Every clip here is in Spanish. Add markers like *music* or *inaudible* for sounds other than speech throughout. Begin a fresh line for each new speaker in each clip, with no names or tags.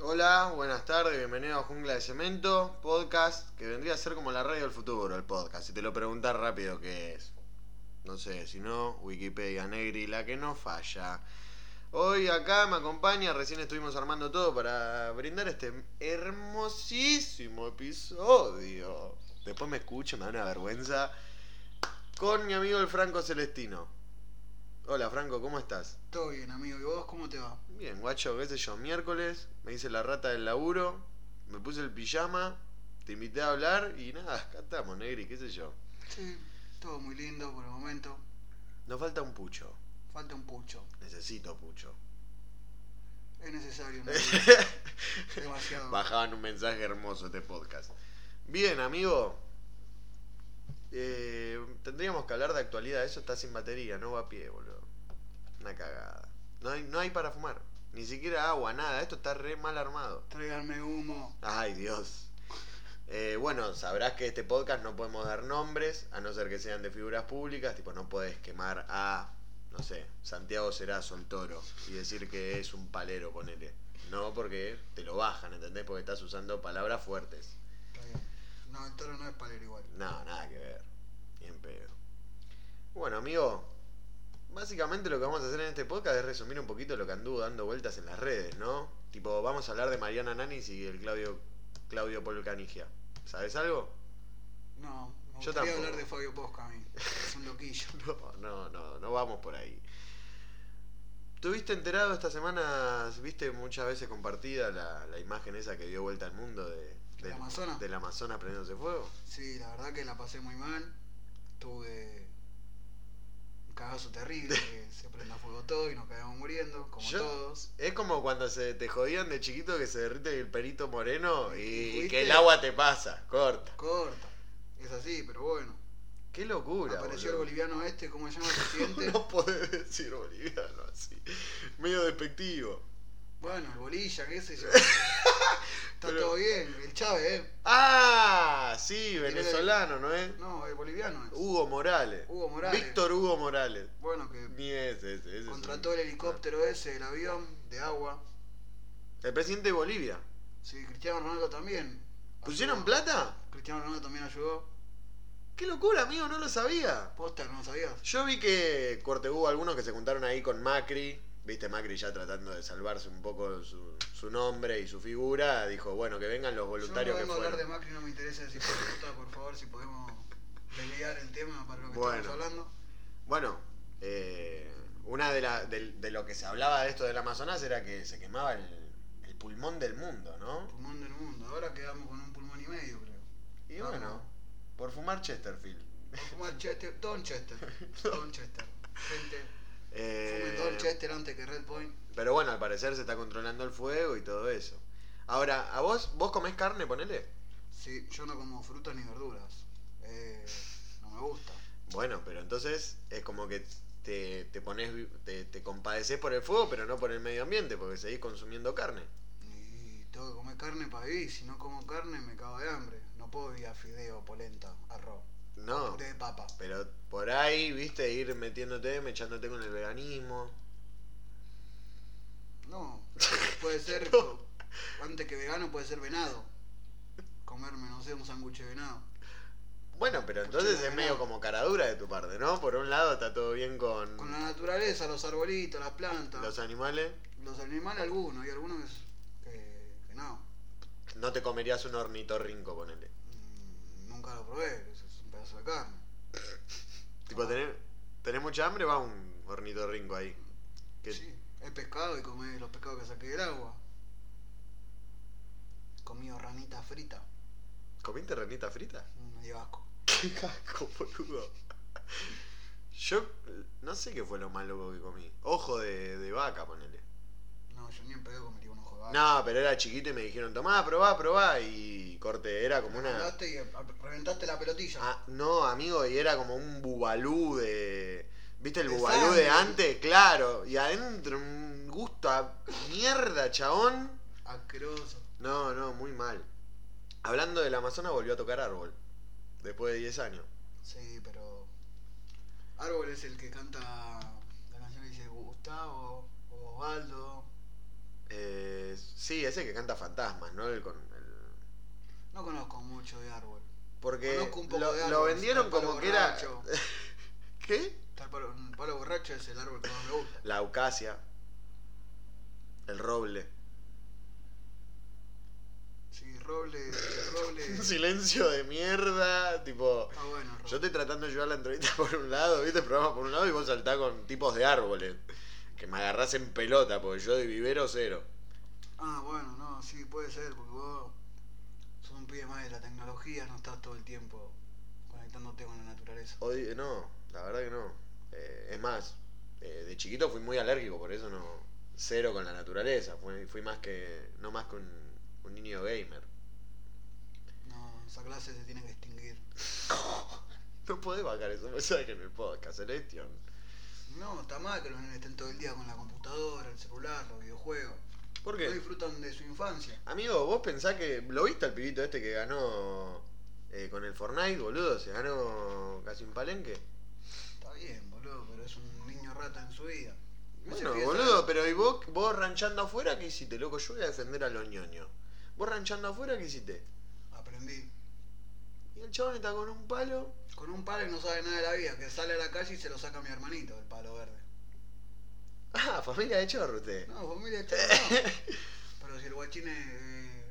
Hola, buenas tardes, bienvenido a Jungla de Cemento, podcast que vendría a ser como la radio del futuro, el podcast. Si te lo preguntas rápido, ¿qué es? No sé, si no, Wikipedia Negri, la que no falla. Hoy acá me acompaña, recién estuvimos armando todo para brindar este hermosísimo episodio. Después me escucho, me da una vergüenza. Con mi amigo el Franco Celestino. Hola Franco, ¿cómo estás?
Todo bien, amigo. ¿Y vos cómo te va?
Bien, guacho, qué sé yo, miércoles, me hice la rata del laburo, me puse el pijama, te invité a hablar y nada, acá estamos, Negri, qué sé yo.
Sí, todo muy lindo por el momento.
Nos falta un pucho,
Falta un pucho.
necesito pucho.
Es
*laughs*
necesario. ¿no? Demasiado.
Bajaban un mensaje hermoso este podcast. Bien, amigo. Eh, tendríamos que hablar de actualidad, eso está sin batería, no va a pie, boludo. Una cagada. No hay, no hay para fumar, ni siquiera agua, nada, esto está re mal armado.
Tráiganme humo.
Ay, Dios. Eh, bueno, sabrás que este podcast no podemos dar nombres, a no ser que sean de figuras públicas, tipo no podés quemar a, no sé, Santiago Serazo el toro y decir que es un palero, ponele. No, porque te lo bajan, ¿entendés? Porque estás usando palabras fuertes.
Está bien. No, el toro no es palero igual.
No, nada que ver. Bien pedo. Bueno, amigo, básicamente lo que vamos a hacer en este podcast es resumir un poquito lo que anduvo dando vueltas en las redes, ¿no? Tipo, vamos a hablar de Mariana Nanis y el Claudio Claudio Polcanigia. ¿Sabes algo? *laughs*
No, me
Yo
gustaría
tampoco.
hablar de Fabio Posca a mí. Es un loquillo.
No, no, no, no vamos por ahí. ¿Tuviste enterado esta semana, viste muchas veces compartida la, la imagen esa que dio vuelta al mundo de,
¿La Amazona?
del Amazonas prendiéndose fuego?
Sí, la verdad que la pasé muy mal. Tuve un cagazo terrible
*laughs*
que se prenda fuego todo y nos quedamos muriendo, como
Yo-
todos.
Es como cuando se te jodían de chiquito que se derrite el perito moreno y,
¿Fuiste?
que el agua te pasa, corta.
Corta. Es así, pero bueno.
Qué locura.
Apareció el
boludo.
boliviano este, ¿cómo se llama el
*laughs*
presidente?
No podés decir boliviano así. Medio despectivo.
Bueno, el bolilla,
*laughs*
qué sé yo. Está
Pero-
todo bien, el Chávez, ¿eh?
Ah, sí, venezolano, ¿no es?
No, el boliviano es.
Hugo Morales.
Hugo Morales.
Víctor Hugo Morales.
Bueno, que
Ni ese, ese, ese es
contrató
un-
el helicóptero ese, el avión de agua.
El presidente de Bolivia.
Sí, Cristiano Ronaldo también.
¿Pusieron
Ayudó.
plata?
Cristiano Ronaldo también ayudó.
¡Qué locura, amigo! No lo sabía.
Posta, no lo sabías.
Yo vi que corte hubo algunos que se juntaron ahí con Macri. Viste, Macri ya tratando de salvarse un poco su, su nombre y su figura. Dijo, bueno, que vengan los voluntarios
yo no
que
vengo a hablar de
fueron.
Macri, no me interesa decir puta, por favor, si podemos pelear el tema para lo que
Bueno.
estamos hablando.
Bueno, eh, una de, la, de, de lo que se hablaba de esto del Amazonas era que se quemaba el, el pulmón del mundo, ¿no?
Pulmón del mundo. Ahora quedamos con un pulmón y medio, creo.
Y
Ah,
bueno, por fumar Chesterfield. *laughs*
Fumar Chester, Don Chester. Don Chester. Gente,
Eh,
fumen Don Chester antes que Red Point.
pero bueno, al parecer se está controlando el fuego y todo eso. Ahora, ¿a vos, vos comés carne, ponele?
Sí, yo no como frutas ni verduras. Eh, no me gusta.
Bueno, pero entonces es como que te, te pones, vi- te, te compadeces por el fuego, pero no por el medio ambiente, porque seguís consumiendo carne.
Y tengo que comer carne para vivir. Si no como carne, me cago de hambre. No puedo vivir a fideo, polenta, arroz,
No,
puré de papa.
pero por ahí, viste, ir metiéndote, mechándote con el veganismo. *laughs*
No, puede ser.
No.
co- Antes que vegano, puede ser venado. Comerme, no sé, un sándwich de venado.
Bueno, pero entonces es medio como caradura de tu parte, ¿no? Por un lado está todo bien con,
Con la naturaleza, los arbolitos, las plantas,
los
los,
animales.
animales, algunos. Y algunos que, que no.
No te comerías un ornitorrinco, ponele.
Mm, Nunca lo probé. eso Es un pedazo de carne.
Tipo,
Ah.
tenés, tenés mucha hambre, va un ornitorrinco ahí. Que-
Sí, he pescado y comí los pescados que saqué del agua. Comí ranita frita,
¿Comiste ranita frita?
mm, me dio asco.
Qué asco, boludo. Yo no sé qué fue lo más loco que comí. Ojo de, de vaca, ponele.
No, yo ni en pedo comería un ojo de vaca.
No, pero era chiquito y me dijeron, tomá, probá, probá. Y corte, era como una.
Reventaste y a- reventaste la pelotilla.
Ah, no, amigo, y era como un bubalú de. ¿Viste el
De
bubalú de
sangre.
antes? Claro. Y adentro un gusto a mierda, chabón.
Asqueroso.
No, no, muy mal. Hablando del Amazonas, volvió a tocar árbol. Después de 10 años.
Sí, pero. Árbol es el que canta la canción que dice Gustavo, o Osvaldo,
Eh, sí, ese que canta fantasmas, ¿no? El con- el-
No conozco mucho de árbol.
Porque
Conozco un poco
lo,
de
lo
árboles,
vendieron
del palo
como que era.
borracho.
*laughs* ¿Qué?
Está el palo, el palo borracho es el árbol que más me gusta.
La Eucasia. El roble.
Sí, roble, roble.
Un *laughs* silencio de mierda. Tipo.
Está Ah, bueno, el roble.
Yo estoy tratando de llevar la entrevista *laughs* por un lado, ¿viste? El programa por un lado y vos saltás con tipos de árboles. Que me agarrás en pelota, porque yo de vivero cero.
Ah, bueno, no, sí, puede ser, porque vos sos un pibe más de la tecnología, no estás todo el tiempo conectándote con la naturaleza.
Hoy, no, la verdad que no. Eh, es más, eh, de chiquito fui muy alérgico, por eso no. Cero con la naturaleza. Fui, fui más que. No más que un, un niño gamer.
No, esa clase se tiene que extinguir.
No podés bajar esos mensajes en el podcast, Celestion.
No, está mal que los nenes estén todo el día con la computadora, el celular, los videojuegos.
¿Por
No
qué?
disfrutan de su infancia.
Amigo, vos pensás que. ¿Lo viste al pibito este que ganó eh, con el Fortnite, boludo? Se ganó casi un palenque.
Está bien, boludo, pero es un niño rata en su vida. Ese
Bueno,
pibe
boludo,
sabe-
pero ¿y vos, vos ranchando afuera qué hiciste, loco? Yo voy a defender a los ñoños. ¿Vos ranchando afuera qué hiciste?
Aprendí.
Y el chabón está con un palo. *laughs*
Con un palo que no sabe nada de la vida, que sale a la calle y se lo saca a mi hermanito, el palo verde.
Ah, familia de chorro usted.
No, familia de chorro
*laughs*
no. Pero si el guachín es. eh,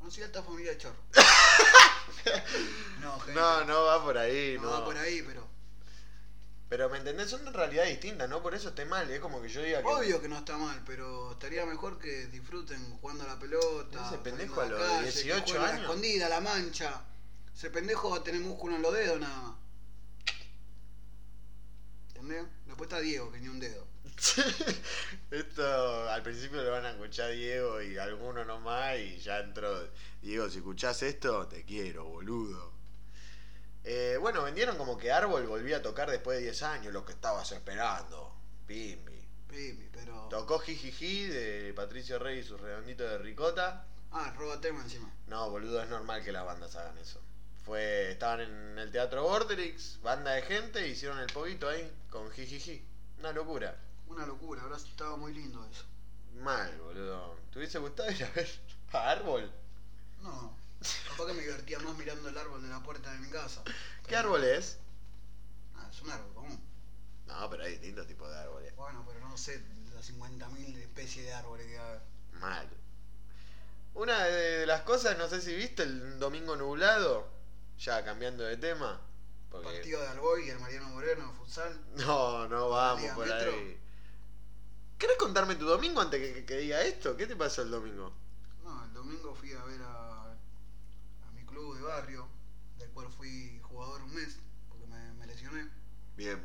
No soy alta familia
*laughs*
de chorro. no, gente.
No, no va por ahí, no.
no va por ahí, pero.
Pero me entendés, son realidades distintas, ¿no? Por eso esté mal, es como que yo diga que.
Obvio que no está mal, pero estaría mejor que disfruten jugando a la pelota.
Ese pendejo
saliendo
a los
calle, que
18
jueguen a la
años.
escondida, a la mancha. Ese pendejo va a tener músculo en los dedos nada más. ¿Entendés? Después está Diego, que ni un dedo.
*laughs* Esto al principio lo van a escuchar Diego y alguno nomás y ya entró. Diego, si escuchás esto, te quiero, boludo. Eh, bueno, vendieron como que Árbol volvía a tocar después de 10 años, lo que estabas esperando. Pimbi.
Pimi, pero.
Tocó Jijiji de Patricio Rey y sus redonditos de ricota.
Ah, roba tema encima.
No, boludo, es normal que las bandas hagan eso. Fue, estaban en el Teatro Vorterix, banda de gente, hicieron el poquito ahí con Jijiji. Una locura.
Una locura, habrá estado muy lindo eso.
Mal, boludo. ¿Te hubiese gustado ir a ver a Árbol?
No, capaz que me divertía más mirando el árbol de la puerta de mi casa.
¿Qué árbol es?
Ah, es un árbol común.
No, pero hay distintos tipos de árboles.
Bueno, pero no sé las 50.000 especies de árboles que hay.
Mal. Una de de las cosas, no sé si viste el domingo nublado, ya cambiando de tema. porque-
Partido de Alboy y el Mariano Moreno, futsal.
No, no vamos
Liga
por
Metro.
ahí. ¿Querés contarme tu domingo antes que, que- que diga esto? ¿Qué te pasó el domingo?
No, el domingo fui a ver a, a mi club de barrio, del cual fui jugador un mes, porque me, me lesioné.
Bien.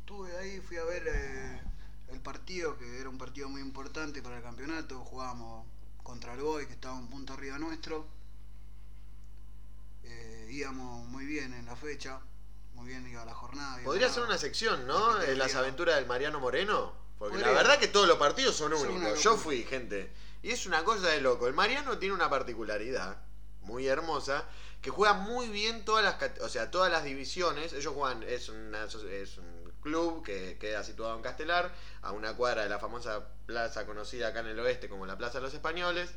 Estuve ahí, fui a ver eh, el partido, que era un partido muy importante para el campeonato. Jugábamos contra el Boy, que estaba un punto arriba nuestro. Eh, íbamos muy bien en la fecha, muy bien iba la jornada. bien
Podría ser
ganado.
una sección, ¿no?
Porque te
Eh, Las
digo.
aventuras del Mariano Moreno. Porque la
Podría.
verdad que todos los partidos son
Son una
únicos. Yo
locura.
fui, gente. Y es una cosa de loco. El Mariano tiene una particularidad muy hermosa que juega muy bien todas las, cate- o sea, todas las divisiones. Ellos juegan, es, una aso- es un club que queda situado en Castelar, a una cuadra de la famosa plaza conocida acá en el oeste como la Plaza de los Españoles.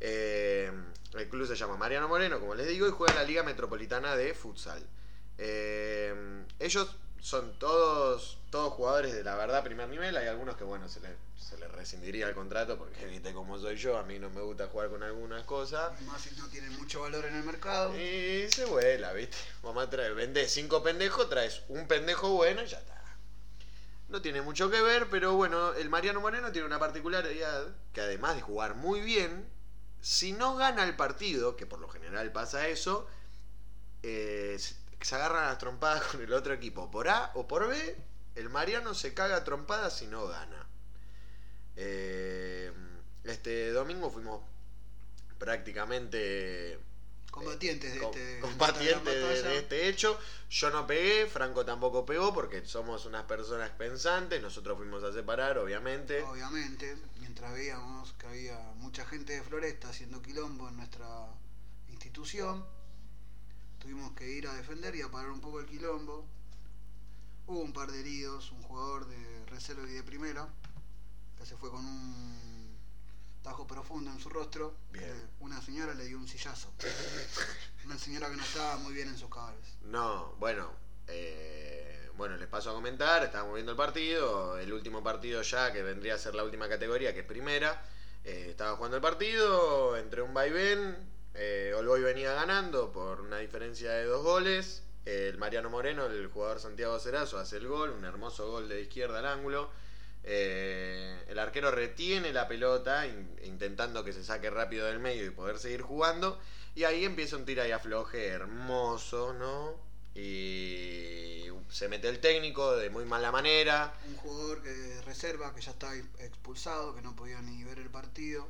Eh, el club se llama Mariano Moreno, como les digo, y juega en la Liga Metropolitana de Futsal. Eh, ellos son todos, todos jugadores de la verdad primer nivel. Hay algunos que, bueno, se les se les rescindiría el contrato porque, viste, como soy yo, a mí no me gusta jugar con algunas cosas.
Y Más si no tiene mucho valor en el mercado.
Y se vuela, ¿viste? Mamá trae, vende cinco pendejos, traes un pendejo bueno y ya está. No tiene mucho que ver, pero bueno, el Mariano Moreno tiene una particularidad que además de jugar muy bien, si no gana el partido, que por lo general pasa eso, eh, se- se agarran a las trompadas con el otro equipo. Por A o por B, el Mariano se caga a trompadas si no gana. Eh, este domingo fuimos prácticamente
Combatientes de
com-
este.
combatiente
esta gran
de,
batalla.
de este hecho. Yo no pegué, Franco tampoco pegó porque somos unas personas pensantes, nosotros fuimos a separar, obviamente.
Obviamente, mientras veíamos que había mucha gente de Floresta haciendo quilombo en nuestra institución, tuvimos que ir a defender y a parar un poco el quilombo. Hubo un par de heridos, un jugador de reserva y de primera. que se fue con un tajo profundo en su rostro.
Bien.
Eh, Una señora le dio
*laughs*
un sillazo. Una señora que no estaba muy bien en sus cabales.
No, bueno, eh, bueno, les paso a comentar, estábamos viendo el partido, el último partido ya, que vendría a ser la última categoría, que es primera, eh, estaba jugando el partido, entre un vaivén, eh, Olboy venía ganando por una diferencia de dos goles, el Mariano Moreno, el jugador Santiago Cerazo, hace el gol, un hermoso gol de izquierda al ángulo, eh, el arquero retiene la pelota, in- intentando que se saque rápido del medio y poder seguir jugando. Y ahí empieza un tira y afloje hermoso, ¿no? Y se mete el técnico de muy mala manera.
Un jugador que de reserva, que ya estaba expulsado, que no podía ni ver el partido.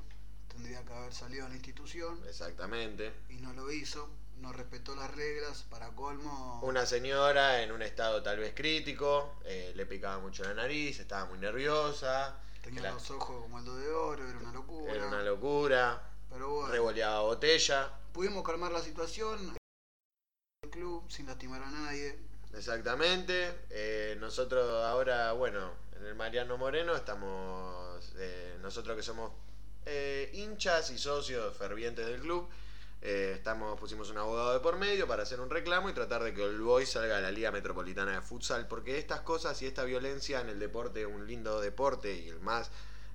Tendría que haber salido a la institución.
Exactamente.
y no lo hizo, no respetó las reglas, para colmo
Una señora en un estado tal vez crítico, eh, le picaba mucho la nariz, estaba muy nerviosa.
tenía
la-
los ojos como el do de oro, era una locura.
Era una locura.
Pero bueno,
Revoleaba botella.
pudimos calmar la situación el club sin lastimar a nadie.
Exactamente. Eh, nosotros ahora, bueno, en el Mariano Moreno estamos, eh, nosotros que somos eh, hinchas y socios fervientes del club, eh, estamos pusimos un abogado de por medio para hacer un reclamo y tratar de que el Boy salga de la Liga Metropolitana de Futsal, porque estas cosas y esta violencia en el deporte, un lindo deporte y el más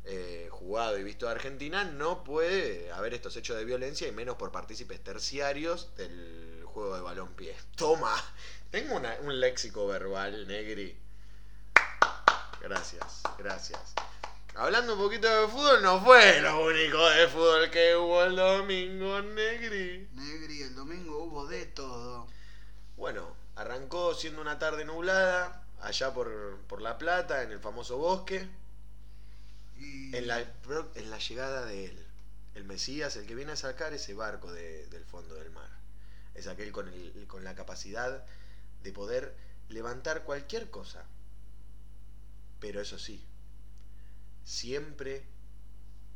eh, jugado y visto de Argentina, no puede haber estos hechos de violencia y menos por partícipes terciarios del juego de balón pie. *laughs* Toma, tengo una- un léxico verbal, Negri. Gracias, gracias. Hablando un poquito de fútbol, no fue lo único de fútbol que hubo el domingo, Negri.
Negri, el domingo hubo de todo.
Bueno, arrancó siendo una tarde nublada, allá por, por La Plata, en el famoso bosque.
Y
En la, pro- en la llegada de él, el Mesías, el que viene a sacar ese barco de- del fondo del mar. Es aquel con, el- con la capacidad de poder levantar cualquier cosa. Pero eso sí, siempre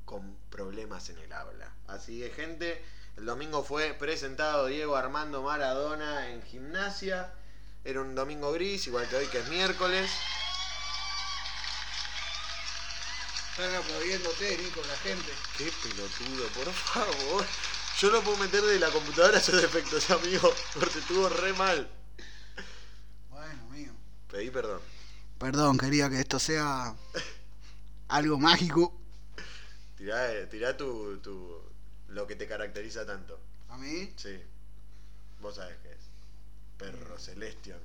con problemas en el habla. Así que gente, el domingo fue presentado Diego Armando Maradona en gimnasia. Era un domingo gris, igual que hoy que es miércoles.
están aplaudiéndote, Nico, la gente.
Qué pelotudo, por favor. Yo no puedo meter de la computadora esos defectos, amigo, porque estuvo re mal.
Bueno, mío.
Pedí perdón.
Perdón, quería que esto
*laughs*
sea algo mágico.
Tirá, eh, tirá tu, tu. lo que te caracteriza tanto.
A mí.
Sí. Vos sabés qué es. Perro Celestion.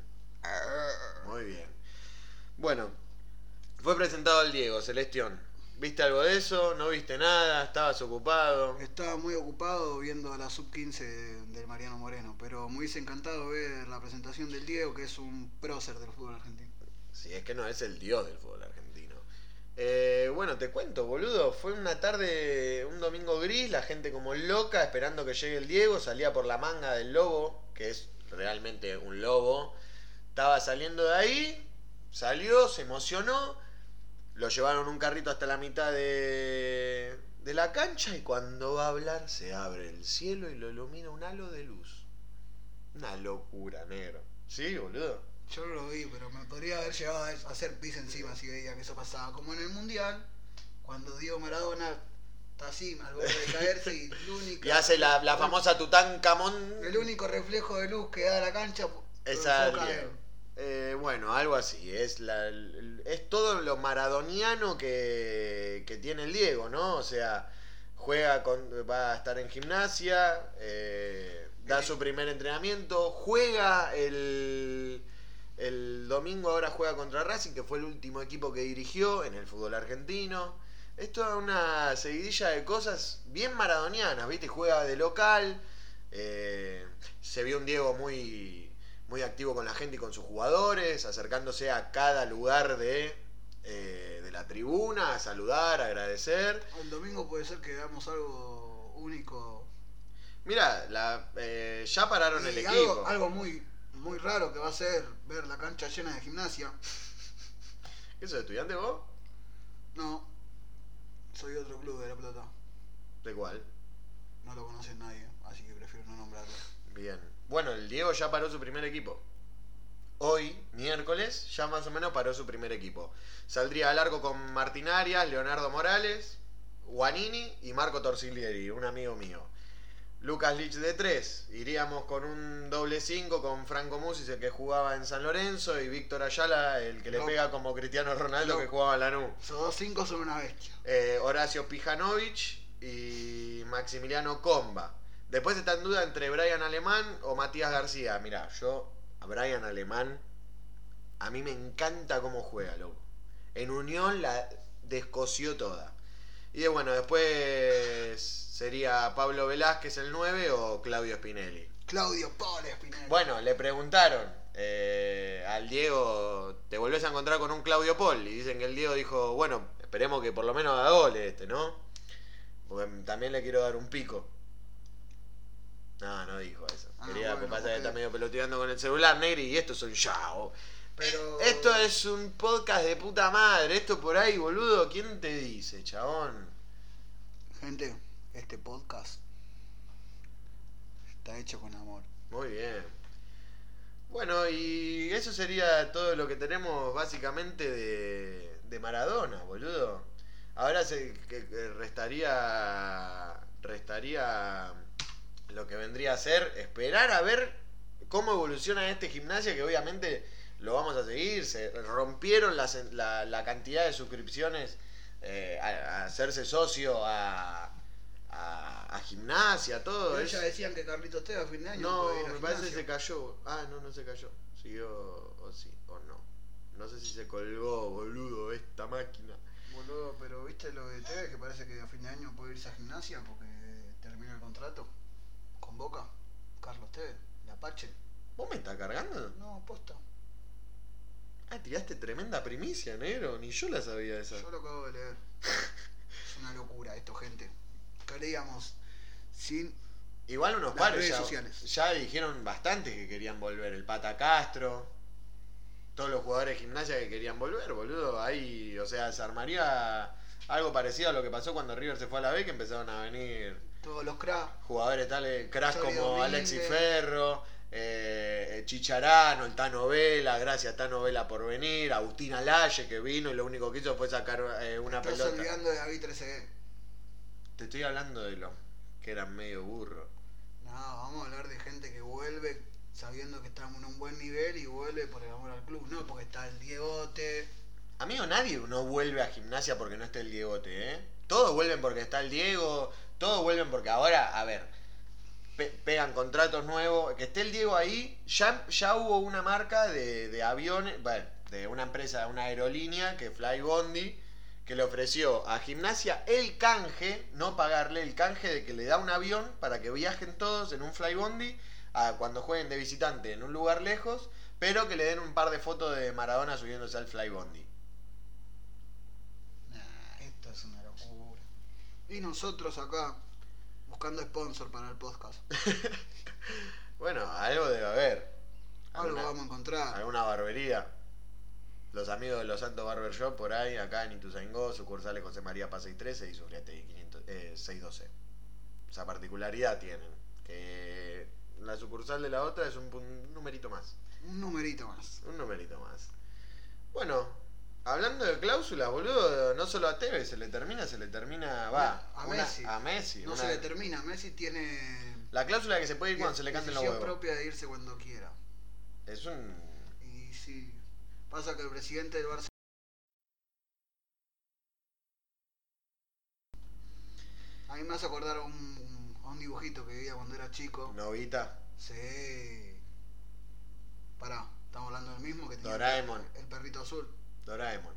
Muy bien. Bueno, fue presentado el Diego, Celestion. ¿Viste algo de eso? ¿No viste nada? ¿Estabas ocupado?
Estaba muy ocupado viendo la sub 15 de- del Mariano Moreno, pero me hubiese encantado ver la presentación del Diego, que es un prócer del fútbol argentino.
Si es que no es el dios del fútbol argentino. Eh, bueno, te cuento, boludo. Fue una tarde, un domingo gris, la gente como loca esperando que llegue el Diego. Salía por la manga del lobo, que es realmente un lobo. Estaba saliendo de ahí, salió, se emocionó. Lo llevaron un carrito hasta la mitad de, de la cancha y cuando va a hablar se abre el cielo y lo ilumina un halo de luz. Una locura, negro. Sí, boludo.
Yo no lo vi, pero me podría haber llegado a a hacer pis encima si veía que eso pasaba. Como en el Mundial, cuando Diego Maradona está así, al borde de caerse, y *laughs* el único,
Y hace la, la famosa Tutankamón.
el único reflejo de luz que da la cancha pues, lo
Esa
enfoca a
Diego.
él.
Eh, bueno, algo así. Es, la, el- es todo lo maradoniano que, que tiene el Diego, ¿no? O sea, juega con, va a estar en gimnasia, eh, da su primer entrenamiento, juega el, el domingo, ahora juega contra Racing, que fue el último equipo que dirigió en el fútbol argentino. Es toda una seguidilla de cosas bien maradonianas, ¿viste? Juega de local. eh, se vio un Diego muy, muy activo con la gente y con sus jugadores, acercándose a cada lugar de, eh, de la tribuna, a saludar, a agradecer.
El domingo puede ser que veamos algo único.
Mira, la, eh, ya pararon el
Y
equipo.
algo, algo muy, muy raro que va a ser ver la cancha llena de gimnasia.
¿Qué sos estudiante vos?
No, soy de otro club de La Plata.
¿De cuál?
No lo conoce nadie, así que prefiero no nombrarlo.
Bien. Bueno, el Diego ya paró su primer equipo. hoy, miércoles, ya más o menos paró su primer equipo. Saldría a largo con Martín Arias, Leonardo Morales, Guanini y Marco Torsiglieri, un amigo mío. Lucas Lich de 3, iríamos con un doble 5 con Franco Musis, el que jugaba en San Lorenzo, y Víctor Ayala, el que le
No.
pega como Cristiano Ronaldo
No.
que jugaba en Lanús.
Esos dos cinco son una bestia.
Eh, Horacio Pijanovic y Maximiliano Comba. Después está en duda entre Brian Alemán o Matías García. Mirá, yo a Brian Alemán, a mí me encanta cómo juega, loco. En Unión la descoció toda. Y bueno, después sería Pablo Velázquez el 9 o Claudio Spinelli.
Claudio Poles Pineda.
Bueno, le preguntaron eh, al Diego, ¿te volvés a encontrar con un Claudio Paul? Y dicen que el Diego dijo, bueno, esperemos que por lo menos haga goles este, ¿no? Porque también le quiero dar un pico. No, no dijo eso.
Ah,
Quería
bueno,
pasa que
ok.
está medio peloteando con el celular, Negri, y esto es un chao.
Pero-
Esto es un podcast de puta madre. Esto por ahí, boludo, ¿quién te dice, chabón?
Gente, este podcast está hecho con amor.
Muy bien. Bueno, y eso sería todo lo que tenemos básicamente de, de Maradona, boludo. Ahora se que- que restaría restaría lo que vendría a ser esperar a ver cómo evoluciona este gimnasia que obviamente lo vamos a seguir. Se rompieron las- la, la cantidad de suscripciones eh, a, a hacerse socio a, a, a gimnasia, todo.
Pero
es-
ya decían que Carlitos Teo a fin de año
no,
puede ir a
me parece que se
gimnasio.
cayó. Ah, no, no se cayó. Siguió, o sí, o no. No sé si se colgó, boludo, esta máquina.
Boludo, pero viste lo de Teo que parece que a fin de año puede irse a gimnasia porque termina el contrato con Boca. Carlos Tevez, la Apache.
¿Vos me estás cargando?
No, posta.
Ah, tiraste tremenda primicia, negro. Ni yo la sabía esa.
Yo lo acabo de leer. es una locura esto, gente. Creíamos sin
Igual unos
Las
pares
redes
ya,
sociales.
ya dijeron bastante que querían volver. El Pata Castro, todos los jugadores de gimnasia que querían volver, boludo. Ahí, o sea, se armaría algo parecido a lo que pasó cuando River se fue a la B, que empezaron a venir
todos los cracks.
jugadores tales, crash
Xavi
como
Domínguez.
Alexis Ferro, eh, Chicharano, el Tano Vela, gracias Tano Vela por venir, Agustín Alaye que vino y lo único que hizo fue sacar eh, una
Estás
pelota.
olvidando de David 13
Te estoy hablando de los que eran medio burros.
No, vamos a hablar de gente que vuelve sabiendo que estamos en un buen nivel y vuelve por el amor al club, no porque está el Diegote.
Amigo, nadie no vuelve a gimnasia porque no esté el Diegote, ¿eh? Todos vuelven porque está el Diego, todos vuelven porque ahora, a ver, pe- pegan contratos nuevos. Que esté el Diego ahí, ya, ya hubo una marca de, de aviones, bueno, de una empresa, una aerolínea, que Fly Bondi, que le ofreció a gimnasia el canje, no pagarle el canje de que le da un avión para que viajen todos en un Fly Bondi a cuando jueguen de visitante en un lugar lejos, pero que le den un par de fotos de Maradona subiéndose al Fly Bondi.
Nah, esto es una locura. Y nosotros acá buscando sponsor para el
*laughs*
podcast.
Bueno, algo debe haber.
Algo
Alguna-
vamos a encontrar.
alguna barbería. Los amigos de los Santos Barber Shop por ahí, acá en Ituzaingó, sucursales José María Paz 613 y Sufriate 500, eh, 612. Esa particularidad tienen, que la sucursal de la otra es un, pun- numerito más.
Un numerito más.
Un numerito más. Bueno, hablando de cláusulas, boludo, no solo a Tevez se le termina, se le termina, va.
A
una-
Messi.
A Messi.
no
una-
se le termina, Messi tiene
la cláusula que se puede ir cuando se le canten los
decisión
huevos.
propia de irse cuando quiera.
Es un...
Y sí, pasa que el presidente del Barcelona A mí me hace acordar a un, a un dibujito que veía cuando era chico.
Novita.
Sí. Pará, estamos hablando del mismo que tenía
Doraemon.
el perrito azul.
Doraemon.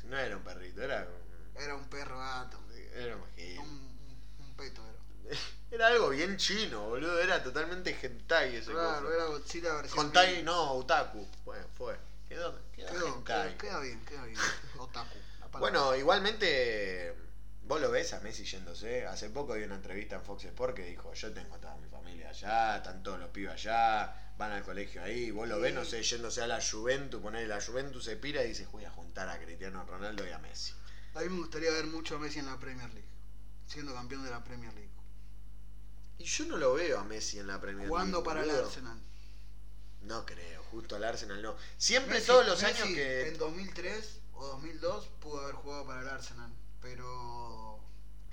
Si no era un perrito, era un-
Era un perro gato.
Era un
Un,
gil.
un- un peto era.
Era algo bien chino, boludo. Era totalmente hentai ese
Claro,
coso.
era Godzilla versión.
Hentai
mil.
no, otaku. Bueno, fue. Quedó, quedó
Quedó,
hentai.
queda, queda bien, queda bien. Otaku. la palabra.
Bueno, igualmente vos lo ves a Messi yéndose. Hace poco di una entrevista en Fox Sport que dijo, yo tengo toda mi familia allá, están todos los pibes allá, van al colegio ahí. Vos lo ves, no sé, yéndose a la Juventus, poner la Juventus se pira y dice, voy a juntar a Cristiano Ronaldo y a Messi.
A mí me gustaría ver mucho a Messi en la Premier League. Siendo campeón de la Premier League.
Y yo no lo veo a Messi en la Premier League.
Jugando para el
boludo.
Arsenal.
No creo, justo al Arsenal no. Siempre
Messi-
todos los
Messi
años que.
En 2003 o 2002 pudo haber jugado para el Arsenal, pero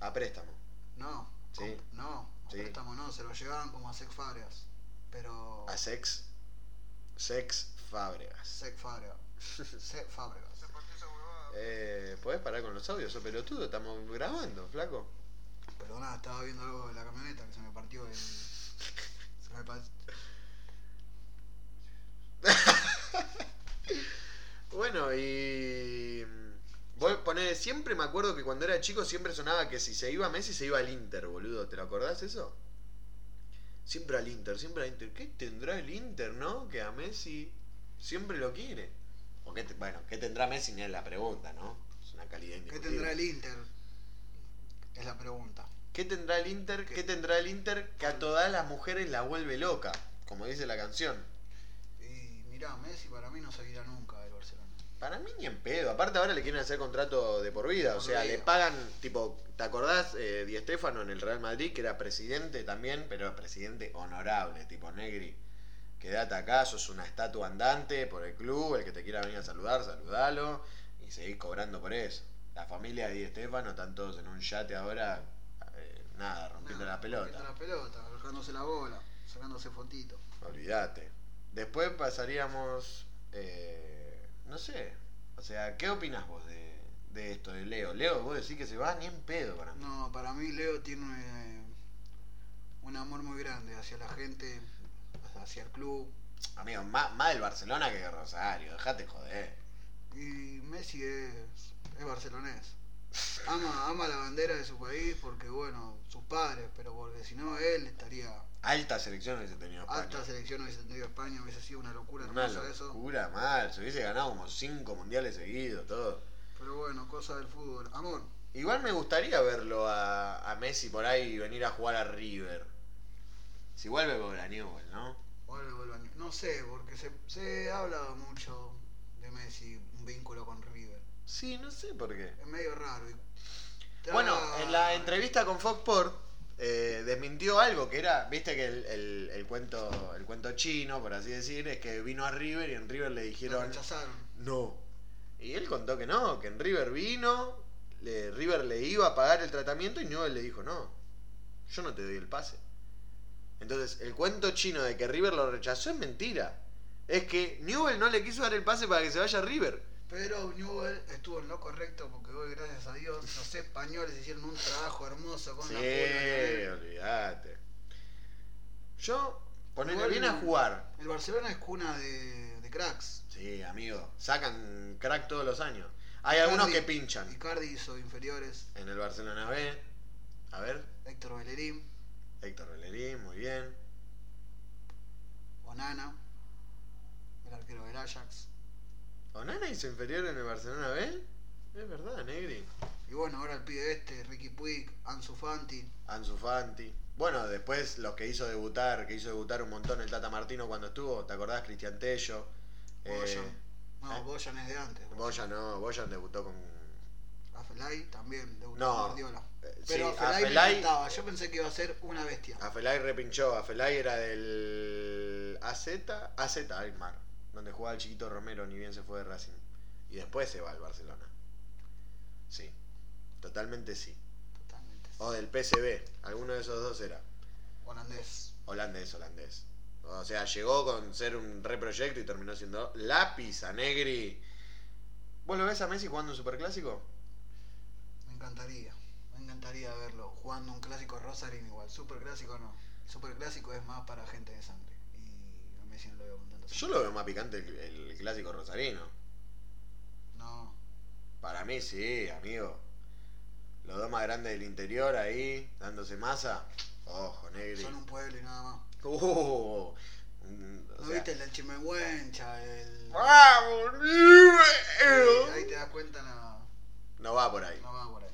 A préstamo.
no.
Sí.
comp- No, a
Sí.
préstamo no, se lo llevaban como a Sec Fabregas. Pero.
A Sex. Sex Fábregas. *laughs*
Sec Fabregas. Sec Fabregas.
Eh, ¿Podés parar con los audios? Sos pelotudo, estamos grabando, flaco.
Perdona, estaba viendo algo de la camioneta que se me partió el. Se me pa-
Bueno, y. Voy a poner. Siempre me acuerdo que cuando era chico siempre sonaba que si se iba Messi se iba al Inter, boludo. ¿Te lo acordás eso? Siempre al Inter, siempre al Inter. ¿Qué tendrá el Inter, no? Que a Messi siempre lo quiere. O qué te- bueno, ¿qué tendrá Messi? Ni es la pregunta, ¿no? Es una calidad
¿Qué
indiscutible.
tendrá el Inter? Es la pregunta.
¿Qué tendrá el Inter? ¿Qué tendrá el Inter que a todas las mujeres la vuelve loca? Como dice la canción.
Y mirá, Messi para mí no se irá nunca del Barcelona.
Para mí ni en pedo. Aparte ahora le quieren hacer contrato de por vida. O
Por
sea,
vida.
le pagan, tipo, ¿te acordás eh, Di Stefano en el Real Madrid, que era presidente también, pero presidente honorable, tipo Negri? Quedate acá, sos una estatua andante por el club, el que te quiera venir a saludar, saludalo y seguís cobrando por eso. La familia de Di Stefano están todos en un yate ahora, eh, nada, rompiendo
Nah,
la pelota.
Rompiendo la pelota, dejándose la bola, sacándose fotito.
Olvídate. Después pasaríamos. eh, no sé. O sea, ¿qué opinas vos de, de esto, de Leo? Leo, vos decís que se va ni en pedo para mí.
No, para mí Leo tiene eh, un amor muy grande hacia la gente, hacia el club.
Amigo, más, más del Barcelona que de Rosario. Dejate joder.
Y Messi es, es barcelonés. Ama, ama la bandera de su país porque, bueno, sus padres, pero porque si no, él estaría.
Alta selección hubiese tenido España.
Alta selección hubiese tenido España, hubiese sido una locura
Una
hermosa eso.
locura mal. Se hubiese ganado como cinco mundiales seguidos, todo.
Pero bueno, cosa del fútbol. Amor,
Igual me gustaría verlo a, a Messi por ahí y venir a jugar a River. Si vuelve por la Newell, ¿no?
vuelve, vuelve. a- No sé, porque se, se ha hablado mucho de Messi, un vínculo con River.
Sí, no sé por qué.
Es medio raro. y-
Bueno,
Ah,
en la entrevista con Fox Sport eh, desmintió algo que era, viste que el, el- el cuento el cuento chino, por así decir, es que vino a River y en River le
Lo
dijeron
rechazaron.
no. Y él contó que no, que en River vino, le- River le iba a pagar el tratamiento y Newell le dijo no, yo no te doy el pase. Entonces, el cuento chino de que River lo rechazó es mentira. Es que Newell no le quiso dar el pase para que se vaya a River.
Pero Newell estuvo en lo correcto porque hoy, gracias a Dios, los españoles hicieron un trabajo hermoso con
Sí,
la pura de él.
olvídate. Yo, ponele
Igual-
bien a jugar.
El Barcelona es cuna de, de cracks.
Sí, amigo. Sacan crack todos los años. Hay algunos que pinchan.
Icardi hizo inferiores.
En el Barcelona B. A ver,
Héctor Bellerín,
Héctor Bellerín, muy bien.
Onana, el arquero del Ajax.
¿Onana hizo inferior en el Barcelona B? Es verdad, Negri.
Y bueno, ahora el pibe este, Ricky Puig, Ansu Fanti.
Ansu Fanti. Bueno, después los que hizo debutar, que hizo debutar un montón el Tata Martino cuando estuvo. ¿Te acordás? Cristian Tello. Eh,
Boyan. no,
¿eh?
Boyan es de antes.
Boyan no, Boyan debutó con...
Afelay también, debutó
No.
con Guardiola.
eh,
Pero
sí,
Afelay,
Afelay- Ah.
me encantaba. Yo pensé que iba a ser una bestia.
Afelay repinchó, Afelay era del AZ, AZ Alkmaar, donde jugaba el chiquito Romero, ni bien se fue de Racing. Y después se va al Barcelona. Sí, totalmente sí.
Totalmente.
O del PCB, alguno de esos dos era.
Holandés.
Holandés, holandés. O sea, llegó con ser un reproyecto y terminó siendo lápiz a Negri. ¿Vos lo ves a Messi jugando un superclásico?
Me encantaría, me encantaría verlo jugando un clásico Rosarín igual. Super clásico no. Super clásico es más para gente de sangre. Y a Messi no lo veo con tanto
Yo
sangre.
lo veo más picante el, el clásico rosarino.
No.
Para mí sí, amigo. Los dos más grandes del interior ahí, dándose masa. Ojo, negri.
Son un pueblo y nada más.
Uh, mm, o
¿No
sea-
viste el del Chimehuencha? El...
¡Vamos,
Eh,
Newell's!
ahí te das cuenta, no,
No va por ahí.
no va por ahí.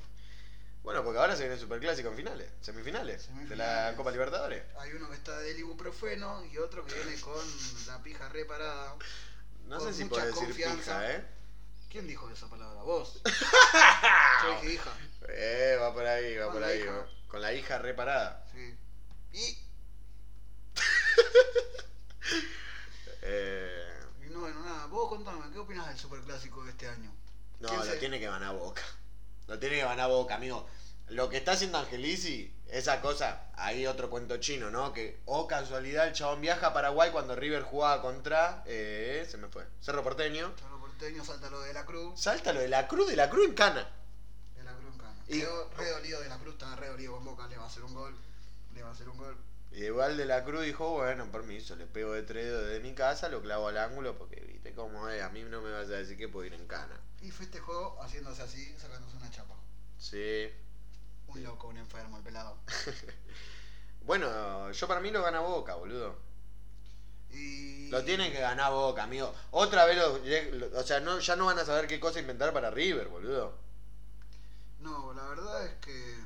Bueno, porque ahora se viene el superclásico en finales, semifinales, de la
Semifinales.
Copa Libertadores.
Hay uno que está del ibuprofeno y otro que viene con la pija reparada.
No
Con
sé si
mucha
puedo decir
confianza.
pija, ¿eh?
¿Quién dijo esa
*laughs*
palabra? ¿Vos? Yo
Ah.
dije hija.
Eh, va por ahí, va
Con
por
la
ahí.
hija.
va. Con la hija reparada.
Sí. Y
Eh,
Y no, bueno, nada, vos contame, ¿qué opinas del superclásico de este año?
no,
¿Quién
lo
se-
tiene que ganar Boca. Lo tiene que ganar Boca, amigo. Lo que está haciendo Angelici, esa cosa, ahí otro cuento chino, ¿no? Que, oh casualidad, el chabón viaja a Paraguay cuando River jugaba contra. eh, se me fue. Cerro Porteño.
Chalo porteño, salta lo de la cruz,
Salta lo de la Cruz, de la Cruz en Cana.
de la cruz en cana.
Y-
Quedó re dolido de la cruz, estaba re dolido con Boca, le va a hacer un gol, le va a hacer un gol.
Y igual de la Cruz dijo, bueno, permiso, le pego de tres dedos desde mi casa, lo clavo al ángulo, porque viste cómo es, a mí no me vas a decir que puedo ir en Cana.
Y festejó haciéndose así, sacándose una chapa.
Sí.
Un loco, un enfermo, el pelado.
Bueno, yo para mí lo gana Boca, boludo.
Y...
Lo tienen que ganar Boca, amigo. Otra vez, lo- lo- o sea, no, ya no van a saber qué cosa inventar para River, boludo.
No, la verdad es que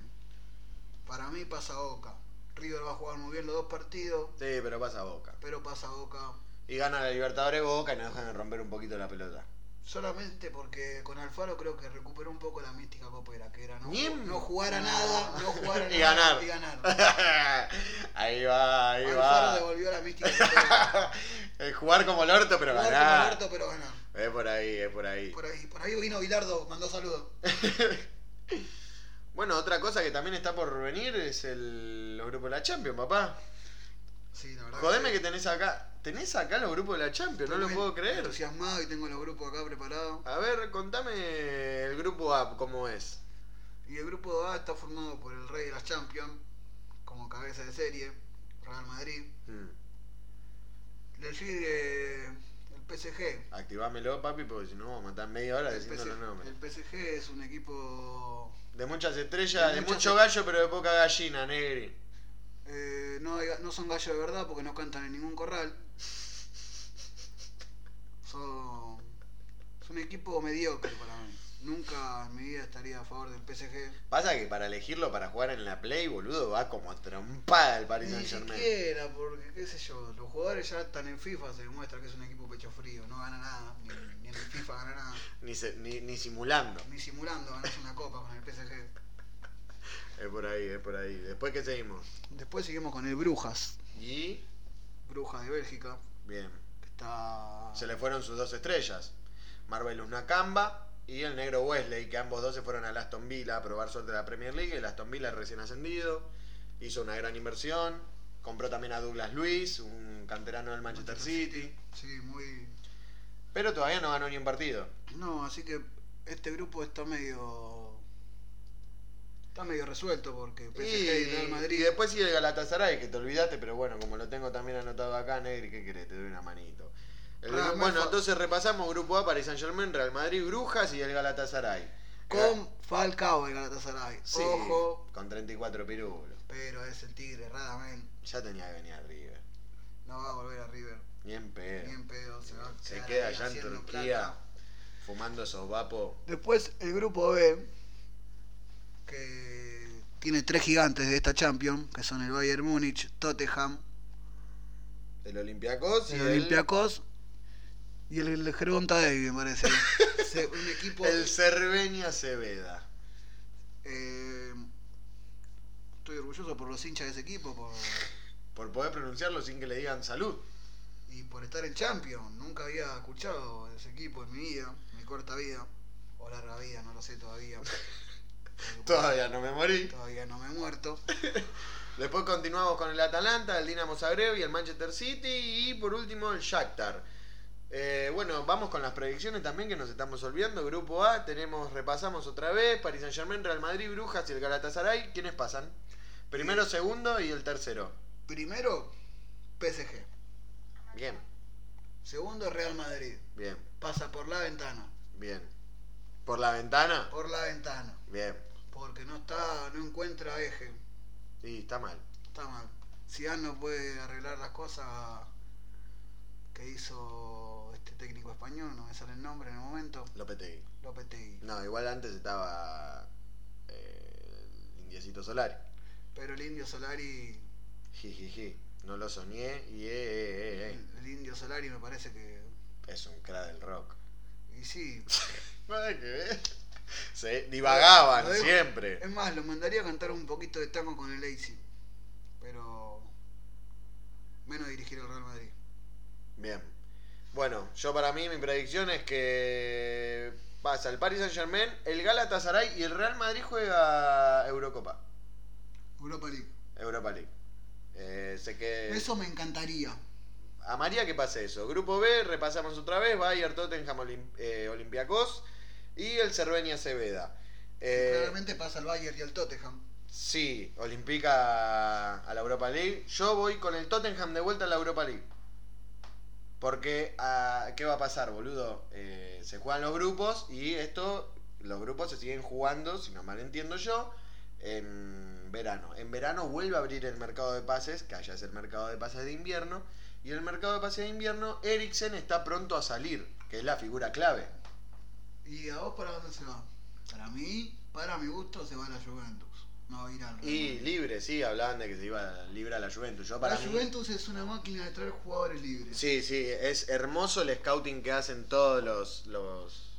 para mí pasa Boca. River va a jugar muy bien los dos partidos,
Sí, pero pasa Boca.
pero pasa Boca
Y gana la Libertadores Boca y nos dejan romper un poquito la *laughs* pelota.
solamente porque con Alfaro creo que recuperó un poco la mística copera, que era no,
Ni en-
no jugar a nada,
*laughs*
no jugar a
Y
nada
ganar.
y ganar.
ahí va, ahí
Alfaro
va.
devolvió la mística copera.
Eh, Jugar como el orto, *laughs* pero
Jugar
ganar.
como Alberto, pero ganar.
Es por ahí, es por ahí.
Por ahí, por ahí vino Bilardo, mandó saludos.
Bueno, otra cosa que también está por venir es el, los grupos de la Champions, papá.
Sí, la verdad.
Jodeme que tenés acá. Tenés acá los grupos de la Champions, no lo
Estoy
puedo creer.
Entusiasmado y tengo los grupos acá preparados.
A ver, contame el grupo A, cómo es.
Y el grupo A está formado por el Rey de las Champions, como cabeza de serie, Real Madrid.
Mm.
Le sigue el PSG.
Activámelo, papi, porque si no vamos a matar media hora
El,
diciendo los nombres.
PSG el PSG es un equipo.
De muchas e- estrellas,
De
de,
muchas
mucho
est-
gallo, pero de poca gallina, negri.
eh, no, hay- no son gallos de verdad porque no cantan en ningún corral. Son. Es un equipo mediocre para mí. Nunca en mi vida estaría a favor del PSG.
Pasa que para elegirlo para jugar en la Play, boludo, va como trompada el Paris
Ni
Saint Germain.
siquiera, porque qué sé yo, los jugadores ya están en FIFA, se demuestra que es un equipo pecho frío, no gana nada, ni, ni en el FIFA gana nada,
Ni, se- ni, ni simulando.
ni simulando ganas una copa con el PSG.
Es por ahí, es por ahí. Después que seguimos.
Después seguimos con el Brujas,
Y.
Brujas de Bélgica,
Bien.
que está...
Se le fueron sus dos estrellas. Marvelous Nakamba y el negro Wesley, que ambos dos se fueron al Aston Villa a probar suerte de la Premier League. El Aston Villa recién ascendido. Hizo una gran inversión. Compró también a Douglas Luis, un canterano del Manchester City.
Sí, muy...
Pero todavía no ganó ni un partido.
No, así que este grupo está medio... Está medio resuelto porque PSG y Real Madrid...
y después sigue el Galatasaray, que te olvidaste, pero bueno, como lo tengo también anotado acá, Negri, ¿qué querés? Te doy una manito. El
Real
grupo-
Madrid-
bueno, entonces repasamos grupo A, Paris Saint Germain, Real Madrid, Brujas y el Galatasaray.
Con Falcao el Galatasaray.
Sí,
Ojo,
Con 34 pirulos.
pero es el Tigre, Radamel.
Ya tenía que venir a River.
No va a volver a River.
Ni en pedo.
Ni en pedo, se va a
Se
quedar
queda
ahí
allá en
haciendo
Turquía
plata.
fumando esos vapos.
Después el grupo B, que tiene tres gigantes de esta Champions, que son el Bayern Múnich, Tottenham,
El Olympiacos y
el
el,
Olympiacos y el, el Jerón Tadei, me *laughs* parece. Se- un equipo
el Cerveña Cebeda.
eh, estoy orgulloso por los hinchas de ese equipo por-
Por poder pronunciarlo sin que le digan salud.
y por estar en Champions. Nunca había escuchado de ese equipo en mi vida, en mi corta vida, o larga vida, no lo
*laughs*
sé todavía. Porque
Todavía no me morí.
todavía no me he muerto.
Después continuamos con el Atalanta, el Dinamo Zagreb y el Manchester City. Y por último el Shakhtar. Eh, bueno, vamos con las predicciones también que nos estamos olvidando. Grupo A, tenemos, repasamos otra vez, Paris Saint Germain, Real Madrid, Brujas y el Galatasaray. ¿Quiénes pasan? Primero, segundo y el tercero.
Primero, PSG.
Bien,
Segundo, Real Madrid.
bien,
Pasa por la ventana.
bien. ¿Por la ventana?
Por la ventana.
Bien.
Porque no está, no encuentra eje.
Y está mal.
Está mal. Zidane no puede arreglar las cosas que hizo este técnico español, no me sale el nombre en el momento.
Lopetegui.
Lopetegui.
No, igual antes estaba eh, el Indiecito Solari.
Pero el Indio Solari,
Jijiji. No lo soñé y eh, eh, eh, eh.
el Indio Solari me parece que
Es un crack del rock.
y sí.
Nada que ver. Se divagaban
Lo digo-
siempre.
Es más, lo mandaría a cantar un poquito de tango con el Leipzig. Pero menos dirigir al Real Madrid.
Bien. Bueno, yo para mí mi predicción es que pasa el Paris Saint Germain, el Galatasaray y el Real Madrid juega Eurocopa,
Europa League.
Europa League. Eh, sé que
Eso me encantaría.
a María que pase eso. Grupo B, repasamos otra vez, Bayern, Tottenham, Olim- eh, Olympiacos y el Cervenia Cebeda. Eh,
Claramente pasa el Bayern y el Tottenham.
sí, Olimpica a la Europa League. Yo voy con el Tottenham de vuelta a la Europa League. Porque, ah, ¿qué va a pasar, boludo? Eh, se juegan los grupos y esto, los grupos se siguen jugando, si no mal entiendo yo, en verano. En verano vuelve a abrir el mercado de pases, que allá es el mercado de pases de invierno. Y en el mercado de pases de invierno, Eriksen está pronto a salir, que es la figura clave.
¿Y a vos para dónde se va? Para mí, para mi gusto, se va a la Juventus. No va a ir al Real
Y
Madrid.
libre, sí, hablaban de que se iba libre a la Juventus. Yo para
La
mí-
Juventus es una máquina de traer jugadores libres.
Sí, sí, es hermoso el scouting que hacen todos los, los,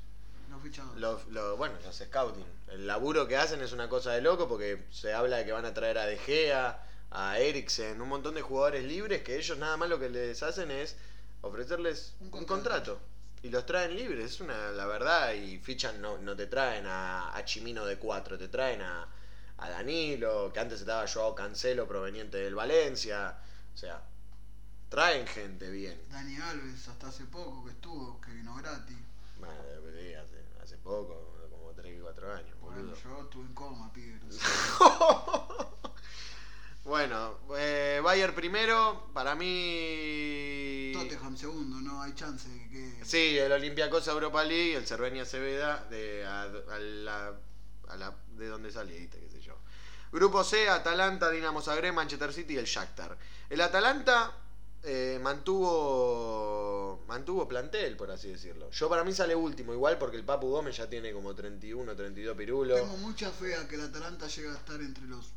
No fichados.
los, los- bueno, los scouting. El laburo que hacen es una cosa de loco porque se habla de que van a traer a De Gea, a Eriksen, un montón de jugadores libres que ellos nada más lo que les hacen es ofrecerles
Un
un contrato.
contrato.
Y los traen libres, es una, la verdad, y fichan, no, no te traen a, a Chimino de 4, te traen a, a Danilo, que antes estaba Joao Cancelo proveniente del Valencia, o sea, traen gente bien.
Dani Alves, hasta hace poco que estuvo, que vino gratis.
Bueno, sí, hace, hace poco, como 3 o 4 años.
Bueno,
boludo.
yo estuve en coma, pibe. no sé.
*laughs* bueno, eh, Bayer primero, para mí.
Tottenham segundo, no hay chance de que...
Sí, el Olympiacos a Europa League, el Cervenia Cebeda, de, a, a la, a la- de donde saliste, qué sé yo. Grupo C, Atalanta, Dinamo Zagreb, Manchester City y el Shakhtar. El Atalanta eh, mantuvo mantuvo plantel, por así decirlo. Yo para mí sale último, igual porque el Papu Gómez ya tiene como 31, 32 pirulos.
Tengo mucha fe a que el Atalanta llegue a estar entre los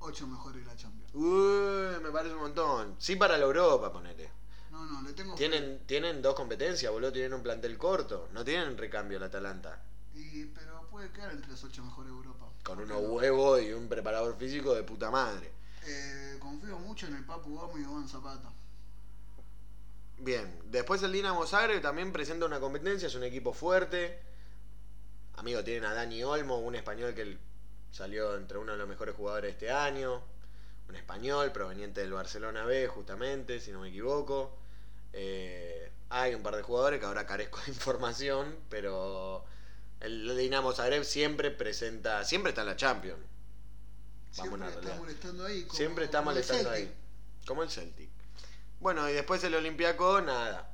ocho mejores de la Champions.
Uy, me parece un montón. Sí para la Europa, ponete.
No, no, le tengo fe.
Tienen, tienen dos competencias, boludo. Tienen un plantel corto. No tienen recambio el Atalanta.
Y- pero puede quedar entre los ocho mejores de Europa.
Con
¿Por qué
unos
no?
huevos y un preparador físico de puta madre.
Eh, confío mucho en el Papu Gómez y Juan Zapata.
Bien, después el Dinamo Zagreb también presenta una competencia. Es un equipo fuerte. Amigo, tienen a Dani Olmo, un español que el- salió entre uno de los mejores jugadores de este año. Un español proveniente del Barcelona B, justamente, si no me equivoco. Eh, hay un par de jugadores que ahora carezco de *laughs* información, pero el Dinamo Zagreb siempre presenta, siempre está en la Champions. Vamos a
Siempre está
realidad.
molestando ahí. como-
Siempre está
como el
molestando
Celtic.
ahí. Como el Celtic. Bueno, y después el Olympiaco, nada.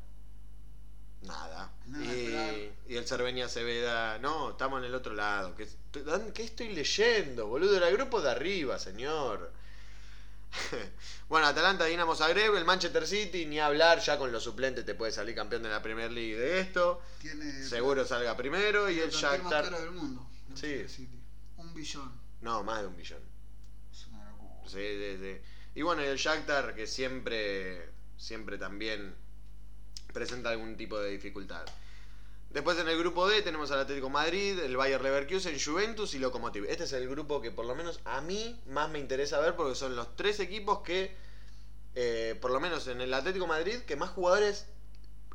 Nada.
Nada,
y,
claro.
y el Cervenia Cebeda, no, estamos en el otro lado. ¿Qué, est- dan- qué estoy leyendo, boludo? Era el grupo de arriba, señor. *laughs* bueno, Atalanta, Dinamo Zagreb, el Manchester City, ni hablar, ya con los suplentes te puede salir campeón de la Premier League de esto.
Tiene
Seguro salga primero y
tiene
el
plantel más caro
Shakhtar...
del mundo. el
Sí.
Manchester City. Un billón.
No, más de un billón.
Es una locura.
Sí, sí, sí. Y bueno, y el Shakhtar que siempre, siempre también presenta algún tipo de dificultad. Después en el grupo D tenemos al Atlético Madrid, el Bayer Leverkusen, Juventus y Lokomotiv. Este es el grupo que por lo menos a mí más me interesa ver porque son los tres equipos que, eh, por lo menos en el Atlético Madrid, que más jugadores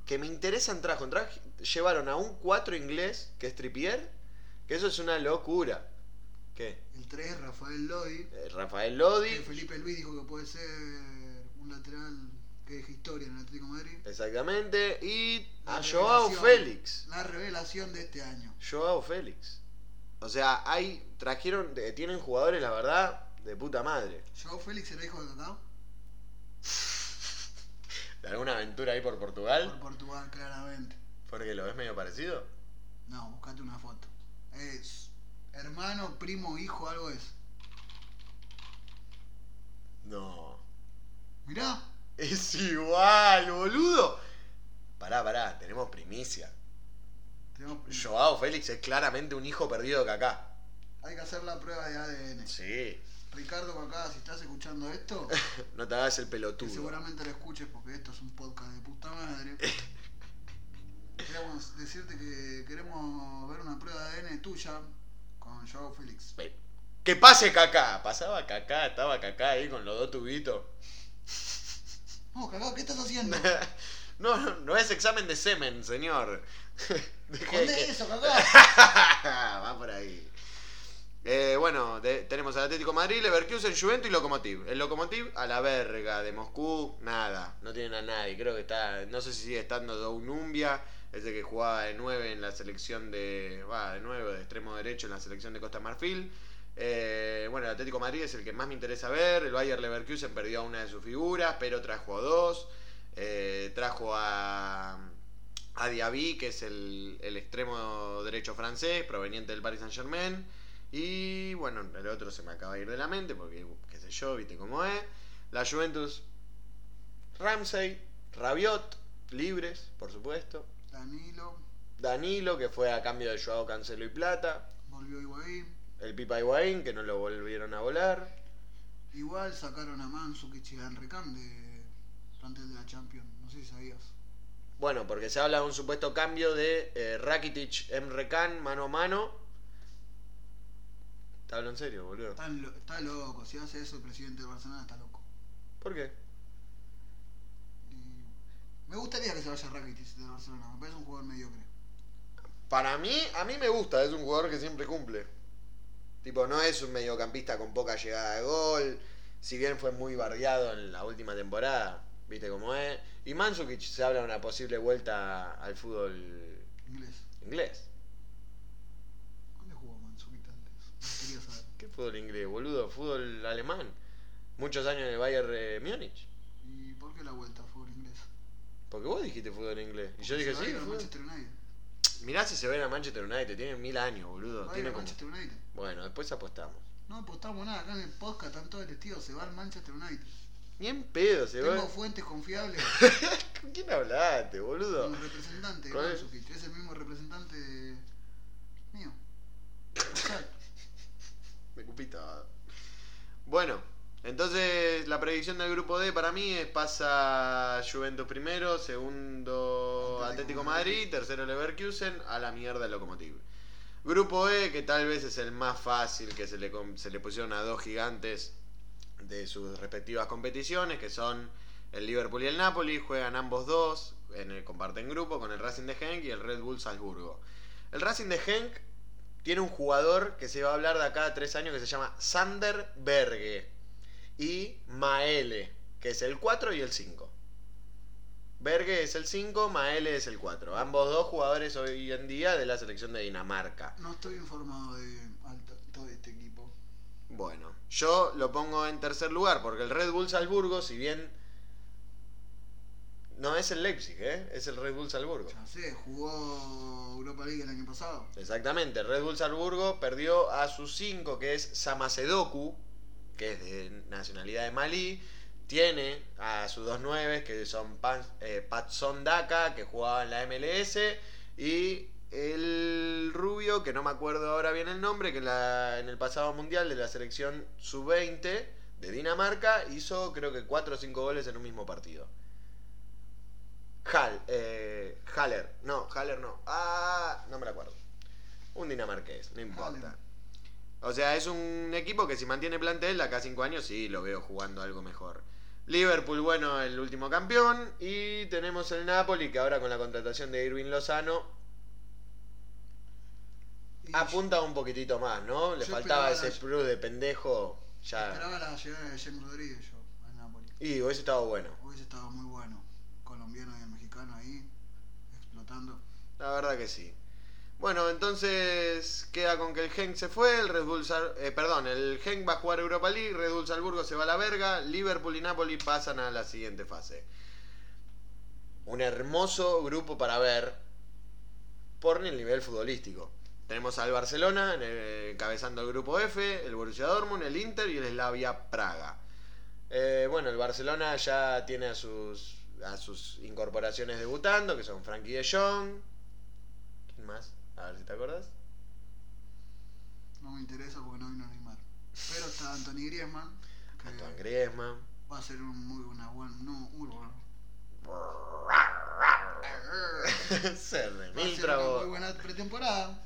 que me interesan trajo. Traj- llevaron a un 4 inglés que es Trippier, que eso es una locura. ¿Qué?
El 3, Rafael Lodi.
Eh, Rafael Lodi.
que Felipe Luis dijo que puede ser un lateral que deje historia en el Atlético de Madrid.
Exactamente. Y
La
a Ah, Joao
revelación.
Félix.
La revelación de este año.
Joao Félix. O sea, hay. Trajeron. eh, Tienen jugadores, la verdad, de puta madre.
Joao Félix era hijo de Tatao.
¿De alguna aventura ahí por Portugal?
Por Portugal, claramente.
Porque lo ves medio parecido.
No, buscate una foto. Es hermano, primo, hijo, algo es.
No.
Mirá,
Es igual, boludo. Pará, pará, tenemos primicia.
tenemos primo.
Joao Félix es claramente un hijo perdido de acá.
Hay que hacer la prueba de ADN.
Sí.
Ricardo, acá, si estás escuchando esto,
No te hagas el
que
pelotudo.
seguramente lo escuches porque esto es un podcast de puta madre. Queremos decirte que queremos ver una prueba de ADN tuya con Joao Félix.
Ven. Que pase Cacá. Pasaba Cacá, estaba Cacá ahí con los dos tubitos.
No, cagado, ¿qué estás haciendo?
No, no, no es examen de semen, señor. *laughs* Deje de
Escondé
que-
eso, cagá.
*laughs* Va por ahí. Eh, bueno, de- tenemos al Atlético de Madrid, Leverkusen, Juventus y Lokomotiv. El Lokomotiv a la verga, de Moscú, nada. No tienen a nadie. Creo que está, no sé si sigue estando Dounumbia, ese que jugaba de 9 en la selección de. Va, de 9, de extremo derecho en la selección de Costa Marfil. Eh, bueno, el Atlético de Madrid es el que más me interesa ver. El Bayer Leverkusen perdió a una de sus figuras, pero trajo a dos. Eh, trajo a a Diaby, que es el, el extremo derecho francés, proveniente del Paris Saint Germain. Y bueno, el otro se me acaba de ir de la mente, porque qué sé yo, viste cómo es. La Juventus, Ramsey, Rabiot, libres, por supuesto.
Danilo,
Danilo, que fue a cambio de Joao Cancelo y Plata.
volvió Higuaín.
El Pipa Higuaín, que no lo volvieron a volar.
Igual sacaron a Mansukic y a Enricam de plantel de la Champions. No sé si sabías.
Bueno, porque se habla de un supuesto cambio de eh, Rakitic, Emre Can, mano a mano. Te hablo en serio, boludo.
Está, lo- está loco. Si hace eso el presidente de Barcelona, está loco.
¿Por qué?
Y me gustaría que se vaya Rakitic de Barcelona. Me parece un jugador mediocre.
Para mí, a mí me gusta, es un jugador que siempre cumple. Tipo, no es un mediocampista con poca llegada de gol, si bien fue muy bardeado en la última temporada, viste cómo es. Y Mansukic se habla de una posible vuelta al fútbol
Inglés.
inglés.
¿Dónde jugó Mansukic antes? No quería saber.
¿Qué fútbol inglés, boludo? Fútbol alemán. Muchos años en el Bayern eh, Múnich.
¿Y por qué la vuelta al fútbol inglés?
Porque vos dijiste fútbol inglés. Y yo
Porque
dije,
se va a
sí,
ir al
fútbol.
Manchester United.
Mirá si se ven a Manchester United, tiene mil años, boludo.
Va a ir
Tiene
al
como...
Manchester United.
Bueno, después apostamos.
No apostamos nada. Acá en el podcast están todos vestidos. Se va al Manchester United.
Ni en pedo se
Tengo
va.
fuentes confiables.
¿Con quién hablaste, boludo?
Con el representante de
¿Cuál es?
Mansukic, es el mismo representante de- mío. Gonzalo.
Me cupí todo. Bueno, entonces la predicción del grupo D para mí es pasa Juventus primero, segundo
Atlético
Atlético
Madrid.
Madrid, tercero Leverkusen, a la mierda el Lokomotiv. Grupo E, que tal vez es el más fácil, que se le, com- se le pusieron a dos gigantes de sus respectivas competiciones, que son el Liverpool y el Napoli, juegan ambos dos, en el, comparten grupo con el Racing de Genk y el Red Bull Salzburgo. El Racing de Genk tiene un jugador que se va a hablar de acá a tres años que se llama Sander Berge y Maele, que es el 4 y el 5. Berge es el 5, Maele es el 4. Ambos dos jugadores hoy en día de la selección de Dinamarca.
No estoy informado de alto- todo este equipo.
Bueno, yo lo pongo en tercer lugar porque el Red Bull Salzburgo, si bien no es el Leipzig, ¿eh? es el Red Bull Salzburgo.
Ya sé, jugó Europa League el año pasado.
Exactamente, Red Bull Salzburgo perdió a sus 5, que es Samasedoku, que es de nacionalidad de Malí. Tiene a sus dos nueves, que son Pan, eh, Patson Daka, que jugaba en la MLS, y el rubio, que no me acuerdo ahora bien el nombre, que en, la- en el pasado mundial de la selección sub-20 de Dinamarca hizo creo que 4 o 5 goles en un mismo partido. Hal, eh, Haller, no, Haller no. Ah, no me la acuerdo. Un dinamarqués, no importa.
Haller.
O sea, es un equipo que si mantiene plantel de acá a 5 años, sí, lo veo jugando algo mejor. Liverpool, bueno, el último campeón. Y tenemos el Napoli, que ahora con la contratación de Irving Lozano
Y
apunta un poquitito más, ¿no? Le
Yo
faltaba
esperaba
ese plus de pendejo.
yo
Ya.
Esperaba la llegada de James Rodríguez yo, al Napoli.
Y hubiese estado bueno.
Hubiese estado muy bueno. Colombiano y el mexicano ahí, explotando.
La verdad que sí. Bueno, entonces queda con que el Genk se fue, el Red Bull, Sal- eh, perdón, el Genk va a jugar Europa League, Red Bull Salzburgo se va a la verga, Liverpool y Napoli pasan a la siguiente fase. Un hermoso grupo para ver por el nivel futbolístico. Tenemos al Barcelona en el- encabezando el grupo F, el Borussia Dortmund, el Inter y el Slavia Praga. Eh, bueno, el Barcelona ya tiene a sus a sus incorporaciones debutando, que son Frankie de Jong, ¿Quién más? A ver si te acordás.
No me interesa porque no vino Neymar. Pero está Anthony Griezmann, que
Antoine Griezmann. *laughs*
va a ser un muy buena buen, no, muy bueno.
Se
Va a ser
remiltra
una Ah, muy
vos.
buena pretemporada.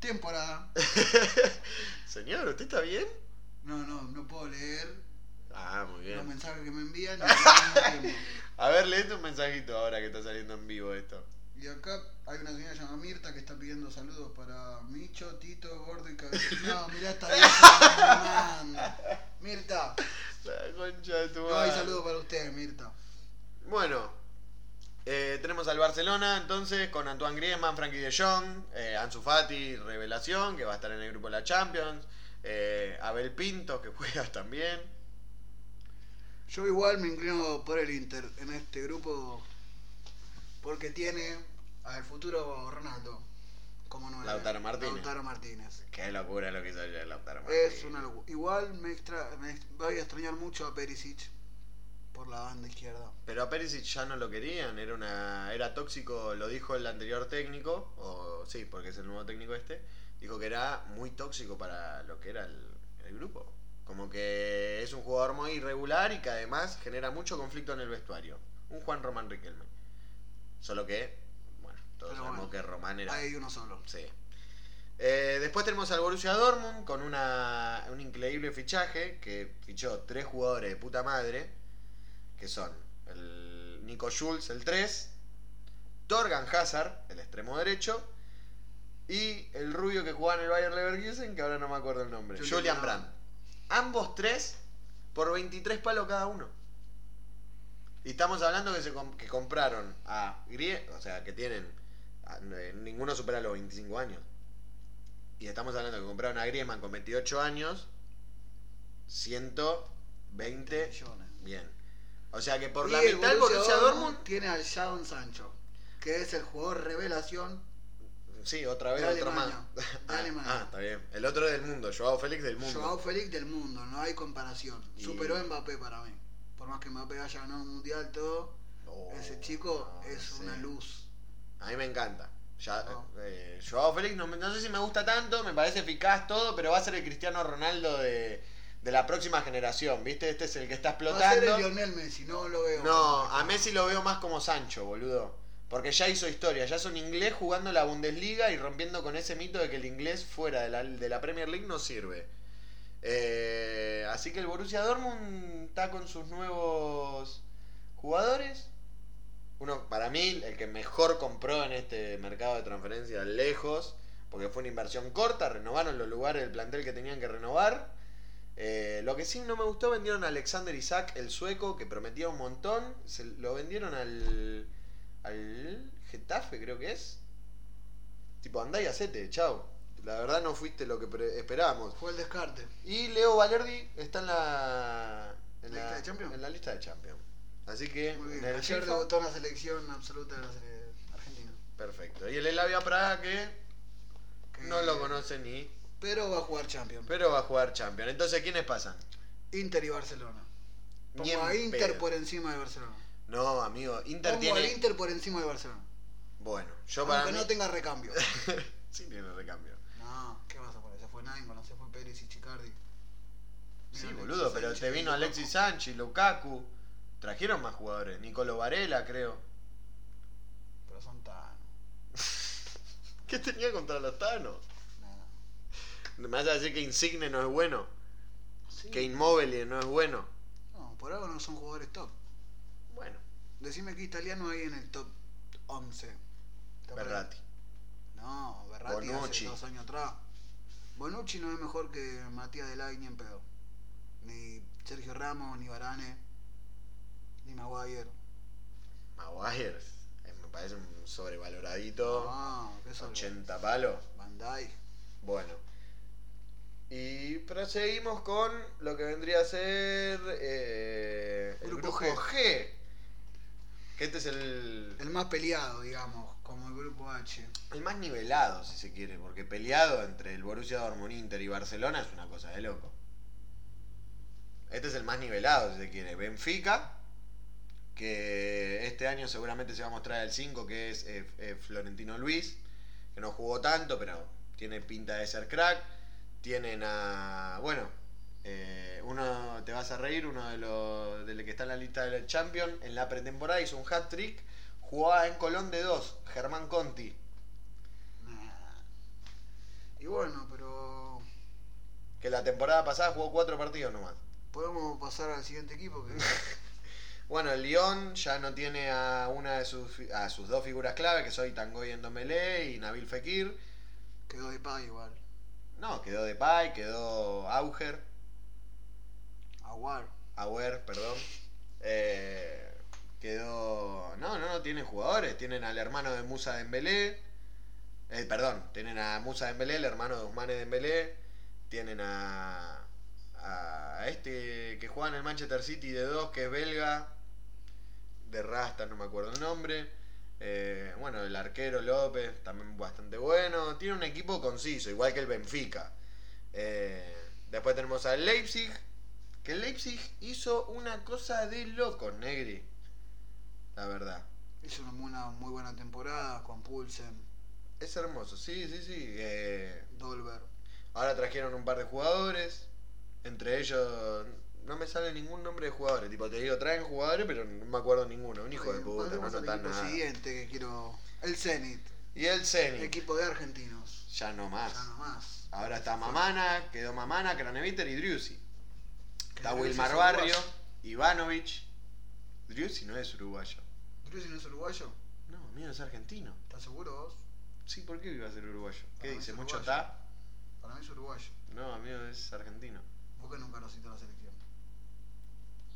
Temporada.
Señor, ¿usted está bien?
No, no, no puedo leer.
Ah, muy
Los
bien.
mensajes que me envían. y al mismo tiempo.
A ver, leete un mensajito ahora que está saliendo en vivo esto.
Y acá hay una señora llamada Mirta que está pidiendo saludos para Micho, Tito, Gordo y Cabezón. No, mirá esta vieja me manda. Mirta,
La concha de tu
no hay
madre.
saludos para usted, Mirta.
Bueno, eh, tenemos al Barcelona entonces con Antoine Griezmann, Frankie de Jong, eh, Ansu Fati, revelación, que va a estar en el grupo de la Champions. eh, Abel Pinto, que *laughs* juega también.
Yo igual me inclino por el Inter en este grupo porque tiene al futuro Ronaldo como nueve.
Lautaro Martínez.
Lautaro Martínez.
Qué locura lo que hizo ayer Lautaro Martínez.
Es una locura. Igual me, extra, me ex- voy a extrañar mucho a Perisic por la banda izquierda.
Pero a Perisic ya no lo querían, era una era tóxico, lo dijo el anterior técnico, o sí, porque es el nuevo técnico este, dijo que era muy tóxico para lo que era el, el grupo. Como que es un jugador muy irregular y que además genera mucho conflicto en el vestuario. Un Juan Román Riquelme. Solo que, bueno, todos
Pero
sabemos
bueno,
que Román era...
Hay uno solo.
Sí. Eh, después tenemos al Borussia Dortmund con una, un increíble fichaje que fichó tres jugadores de puta madre, que son el Nico Schulz, el 3, Torgan Hazard, el extremo derecho, y el rubio que jugaba en el Bayern Leverkusen, que ahora no me acuerdo el nombre,
Julian
Julian
Brandt.
Brandt. Ambos tres por 23 palos cada uno. Y estamos hablando que se com- que compraron a Grie, o sea, que tienen a- eh, ninguno supera los 25 años. Y estamos hablando que compraron a Griezmann con 28 años 120
Millones.
bien. O sea que por
Y
la mitad el Borussia Dortmund
tiene al Jadon Sancho, que es el jugador revelación.
Sí, otra vez
de
otro más.
Alemania, de
*laughs* Ah,
Alemania.
ah, está bien. El otro es del mundo, Joao Félix del mundo.
Joao Félix del mundo, no hay comparación.
Y-
Superó a Mbappé para mí. Por más que Mbappé haya ganado un mundial, todo,
Oh,
ese chico
no
es
sé.
una luz.
A mí me encanta. Ya,
No.
eh, Joao Félix no, me- no sé si me gusta tanto, me parece eficaz todo, pero va a ser el Cristiano Ronaldo de, de la próxima generación, ¿viste? Este es el que está
Va a ser el
explotando.
Lionel Messi, no lo veo.
No, ah. a Messi lo veo más como Sancho, boludo. Porque ya hizo historia, ya es un inglés jugando la Bundesliga y rompiendo con ese mito de que el inglés fuera de la, de la Premier League no sirve. Eh, así que el Borussia Dortmund está con sus nuevos jugadores. Uno, para mí, el que mejor compró en este mercado de transferencia lejos, porque fue una inversión corta, renovaron los lugares del plantel que tenían que renovar. Eh, lo que sí no me gustó, vendieron a Alexander Isaac, el sueco, que prometía un montón. Se lo vendieron al. al Getafe, creo que es. Tipo, andá y hacete, chao. La verdad no fuiste lo que pre- esperábamos.
Fue el descarte.
Y Leo Valerdi está en la. en
¿La lista de Champions?
en la lista de Champions. Así que.
Muy bien.
en el
Ayer
FIFA-
debutó en la selección absoluta de la sele- Argentina.
Perfecto. Y el Elavia Praga que
Que-
no lo conoce ni.
Pero va a jugar Champions.
Pero va a jugar Champions. Entonces, ¿quiénes pasan?
Inter y Barcelona.
Ni
Pongo a
en
Inter
pedo.
por encima de Barcelona.
No, amigo. Inter
Pongo
tiene.
al Inter por encima de Barcelona.
Bueno, yo para
Aunque
mí.
no tenga recambio.
*laughs* sí tiene recambio.
No, ¿qué vas a poner? Se fue Nainggolan, se fue Pérez y Chicardi.
Sí,
Alexis
boludo, pero
Sánchez
te
y
vino
Lukaku.
Alexis Sánchez, Lukaku. Trajeron más jugadores. Nicolo Varela, creo.
Pero son tan.
¿Qué tenía contra los Thanos?
Nada.
Me vas a decir que Insigne no es bueno. Que Inmóvil no es bueno.
No, por algo no son jugadores top.
Bueno,
Decime qué italiano hay en el top 11. ¿Te parece?
Berrati.
No, Berratti
Bonucci.
hace dos años atrás. Bonucci no es mejor que Matías Delay ni en pedo. Ni Sergio Ramos, ni Varane, ni Maguire.
Maguire. eh, Me parece un sobrevaloradito.
Ah, No, que eso.
80 palos.
Van Dijk.
Bueno. Y proseguimos con lo que vendría a ser eh, el
Grupo
grupo
G.
G. Que este es el,
El más peleado, digamos, como el grupo H.
el más nivelado, si se quiere, porque peleado entre el Borussia Dortmund, Inter y Barcelona es una cosa de loco. Este es el más nivelado, si se quiere. Benfica, que este año seguramente se va a mostrar el 5, que es eh, eh, Florentino Luis, que no jugó tanto, pero tiene pinta de ser crack. Tienen a. Bueno, eh, uno te vas a reír, uno de los del que está en la lista del Champion, en la pretemporada hizo un hat trick, jugaba en Colón de 2, Germán Conti.
Nah. Y bueno, pero
Que la temporada pasada jugó cuatro partidos nomás.
Podemos pasar al siguiente equipo. Que...
Bueno, el Lyon ya no tiene a una de sus, fi- a sus dos figuras clave, que son Tangoy Endomelé y Nabil Fekir.
Quedó de paz igual.
No, quedó Depay, quedó Auger,
Aguar.
Auer, perdón. Eh, quedó... No, no, no, tienen jugadores. Tienen al hermano de Musa Dembélé. Eh, perdón, tienen a Musa Dembélé, el hermano de Usmane Dembélé. Tienen a... A este que juega en el Manchester City de dos, que es belga. De Rasta, no me acuerdo el nombre. Eh, bueno, el arquero López, también bastante bueno. Tiene un equipo conciso, igual que el Benfica. Eh, después tenemos al Leipzig, que el Leipzig hizo una cosa de loco, Negri. La verdad.
Hizo una, una muy buena temporada con Pulsen,
Es hermoso, sí, sí, sí. Eh,
Dolber.
ahora trajeron un par de jugadores. Entre ellos, no me sale ningún nombre de jugadores. Tipo, te digo, traen jugadores, pero no me acuerdo ninguno. Un hijo de
Eh,
puta, no
pasemos al
notan
equipo
nada.
siguiente que quiero. El Zenit.
Y el
El
Zenit,
equipo de argentinos.
ya no más.
Ya no más.
Ahora está Mamana, quedó Mamana, Craneviter y Driussi. Está
Creo que
Wilmar
ese es uruguayo.
Barrio, Ivanovich. Driussi no es uruguayo.
¿Creo que no es uruguayo?
No, mío es argentino.
¿Estás seguro vos?
Sí, ¿por qué iba a ser uruguayo? ¿Qué
Ah,
dice?
es
¿Mucho
uruguayo.
ta?
Para mí es uruguayo.
No, amigo, es argentino.
Vos que nunca lo citó la selección.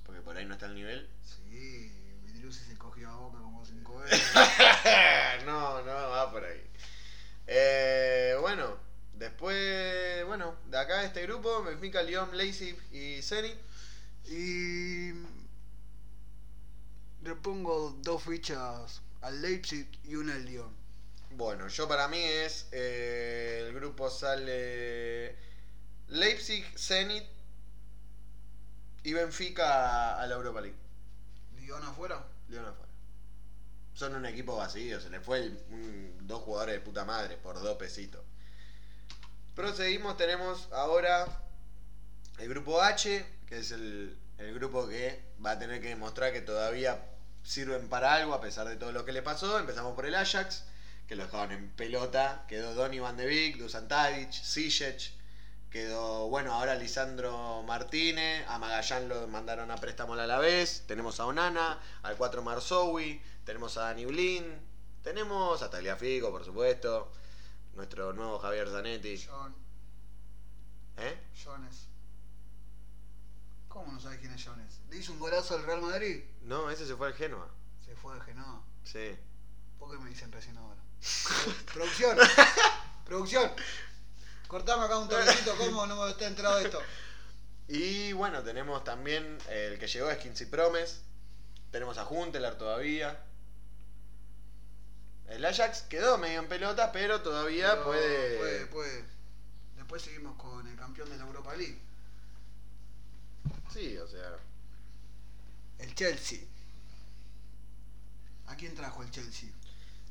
Porque por ahí no está el nivel.
Sí, Vidriusi se cogió a boca como cinco veces.
*laughs* *laughs* no, no, va por ahí. Eh, bueno, después, bueno, de acá de este grupo, Benfica, Lyon, Leipzig y Zenit.
y. Le pongo dos fichas al Leipzig y una al Lyon.
Bueno, yo para mí es. eh, el grupo sale. Leipzig, Zenit y Benfica a, a la Europa League.
¿Lyon afuera?
León afuera. Son un equipo vacío, se le fue el- un- dos jugadores de puta madre por dos pesitos. Proseguimos, tenemos ahora el grupo H, que es el, el grupo que va a tener que demostrar que todavía sirven para algo a pesar de todo lo que le pasó. Empezamos por el Ajax, que lo dejaron en pelota. Quedó Donny Van de Beek, Dusan Tadic, Ziyech. Quedó, bueno, ahora Lisandro Martínez. A Magallán lo mandaron a préstamo a la vez. Tenemos a Onana, al 4 Marzowi. Tenemos a Dani Blin. Tenemos a Tagliafico, por supuesto. Nuestro nuevo Javier Zanetti.
John.
¿Eh?
Jones. ¿Cómo no sabes quién es Jones? Le hizo un golazo al Real Madrid.
No, ese se fue al Genoa.
Se fue de Genoa.
Sí.
¿Por qué me dicen recién
*laughs*
ahora? Producción. Producción. Cortame acá un toquecito, ¿cómo no me está enterado de esto?
Y bueno, tenemos también eh, el que llegó es Quincy Promes. Tenemos a Juntelar todavía. El Ajax quedó medio en pelota, pero todavía
Pero
puede,
puede. puede. Después seguimos con el campeón de la Europa League,
Sí, o sea.
el Chelsea. ¿A quién trajo el Chelsea?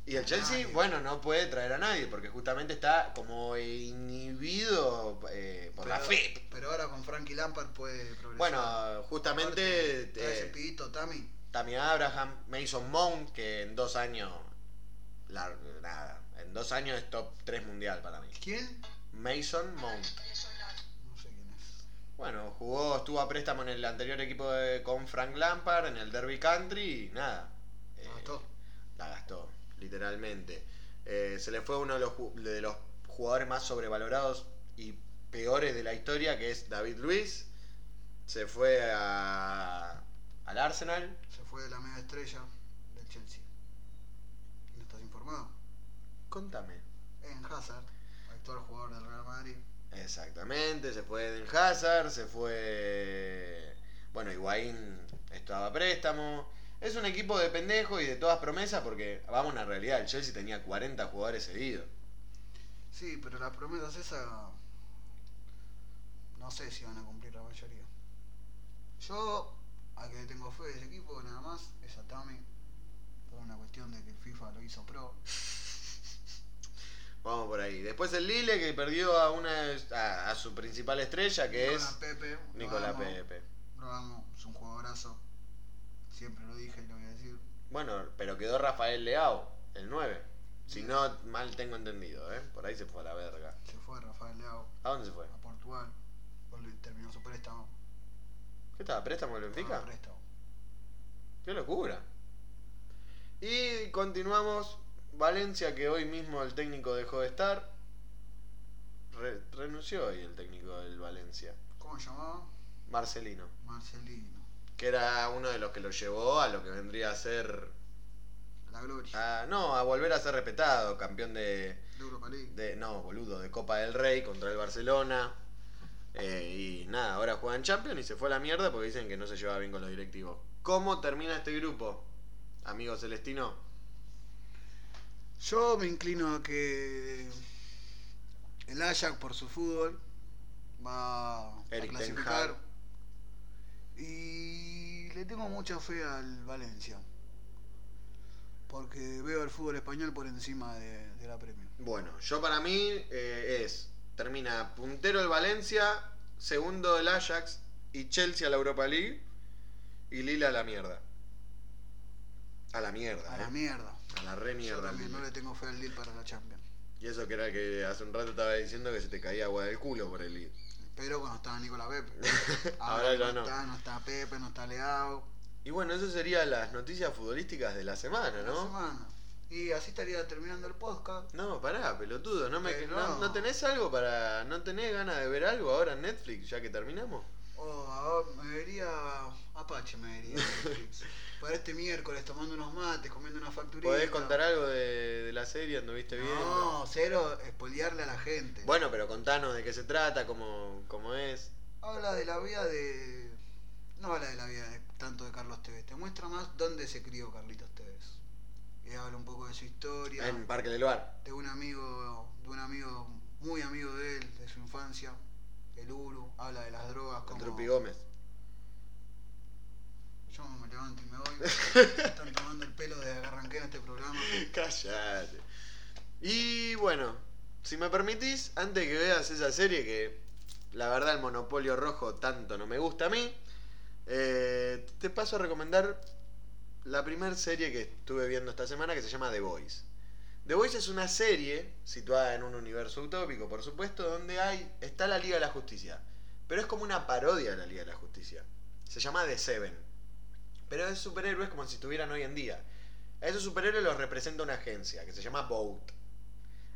Y el Chelsea,
Nadie.
bueno, no puede traer a nadie porque justamente está como inhibido eh, por la
Pero-
FIP.
Pero ahora con Frankie Lampard puede progresar.
Bueno, justamente
Aparte, trae ese
eh,
pibito, Tami.
Tammy Abraham, Mason Mount, que en dos años. la- nada, en dos años es top 3 mundial para mí.
¿Quién?
Mason Mount.
No sé quién es.
Bueno, jugó, estuvo a préstamo en el anterior equipo de- con Frank Lampard, en el Derby Country y nada. Eh,
Gastó.
La gastó, literalmente. Eh, se le fue uno de los, ju- de los jugadores más sobrevalorados y peores de la historia, que es David Luis. Se fue a- al Arsenal.
Se fue de la mega estrella del Chelsea. ¿No estás informado?
Contame.
En Hazard, actual jugador del Real Madrid.
Exactamente, se fue Eden Hazard, se fue. Bueno, Higuaín estaba a préstamo. Es un equipo de pendejos y de todas promesas porque, vamos, la realidad, el Chelsea tenía 40 jugadores cedidos.
Sí, pero las promesas esas no sé si van a cumplir la mayoría. Yo, a que le tengo fe de ese equipo, nada más, es a Tami. Por una cuestión de que el FIFA lo hizo pro.
Vamos por ahí. Después el Lille que perdió a una de- a, a su principal estrella que
Nicolás
es
Pepe. lo
Nicolás
amo,
Pepe.
Lo amo, es un jugadorazo. Siempre lo dije y lo voy a decir.
Bueno, pero quedó Rafael Leao, el 9.
Mm.
Si no, mal tengo entendido, ¿eh? Por ahí se fue a la verga.
Se fue Rafael Leao
¿A dónde se fue?
a Portugal. Volvió- Terminó su préstamo.
¿Qué estaba? ¿Préstamo el Benfica?
Ah, préstamo.
¡Qué locura! Y continuamos. Valencia, que hoy mismo el técnico dejó de estar. Re- renunció hoy el técnico del Valencia.
¿Cómo se llamaba?
Marcelino.
Marcelino.
Que era uno de los que lo llevó a lo que vendría a ser.
La gloria.
a- no, a volver a ser respetado. Campeón de,
De Europa League.
de- No, boludo, de Copa del Rey contra el Barcelona. Eh, y nada, ahora juegan Champions y se fue a la mierda porque dicen que no se llevaba bien con los directivos. ¿Cómo termina este grupo, amigo Celestino?
Yo me inclino a que el Ajax por su fútbol va
Eric Ten
a clasificar.
Hag.
Y le tengo mucha fe al Valencia. Porque veo el fútbol español por encima de, de la Premier.
Bueno, yo para mí eh, es, termina puntero el Valencia, segundo el Ajax y Chelsea a la Europa League y Lila a la mierda. A la mierda,
A la
eh.
mierda.
a la re
Yo
mierda.
también
Lille.
no le tengo fe al Lille para la Champions.
Y eso que era el que hace un rato estaba diciendo que se te caía agua del culo por el Lille.
Pero cuando estaba Nicolás Pepe.
*laughs* Ahora ya no.
está, no está Pepe, no está Leao.
Y bueno, eso serían las noticias futbolísticas de la semana,
La
¿no?
semana. Y así estaría terminando el podcast.
No, pará, pelotudo, no, me,
Pero
no.
Eh, no.
no tenés algo para... ¿No tenés ganas de ver algo ahora en Netflix ya que terminamos?
Oh, ahora me vería Apache, me
*laughs*
vería Netflix. Para este miércoles tomando unos mates, comiendo una facturita.
¿Podés contar algo de, de la serie? ¿Anduviste viendo?
No, cero, espolearle a la gente.
Bueno, pero contanos de qué se trata, cómo, cómo es.
Habla de la vida de. No habla de la vida de- tanto de Carlos Tevez, te muestra más dónde se crió Carlitos Tevez. Y habla un poco de su historia,
En Parque del Bar.
de un amigo, de un amigo muy amigo de él, de su infancia, el Uru, habla de las drogas,
Con
como
Trupi Gómez.
Yo me levanto y me voy.
*laughs*
Me están tomando el pelo desde que arranqué en este programa.
Callate. Y bueno, si me permitís, antes que veas esa serie que la verdad el monopolio rojo tanto no me gusta a mí, eh, te paso a recomendar la primera serie que estuve viendo esta semana que se llama The Voice. The Voice es una serie situada en un universo utópico, por supuesto, donde hay está la Liga de la Justicia, pero es como una parodia de la Liga de la Justicia. Se llama The Seven, pero es superhéroes como si estuvieran hoy en día. A esos superhéroes los representa una agencia que se llama Boat.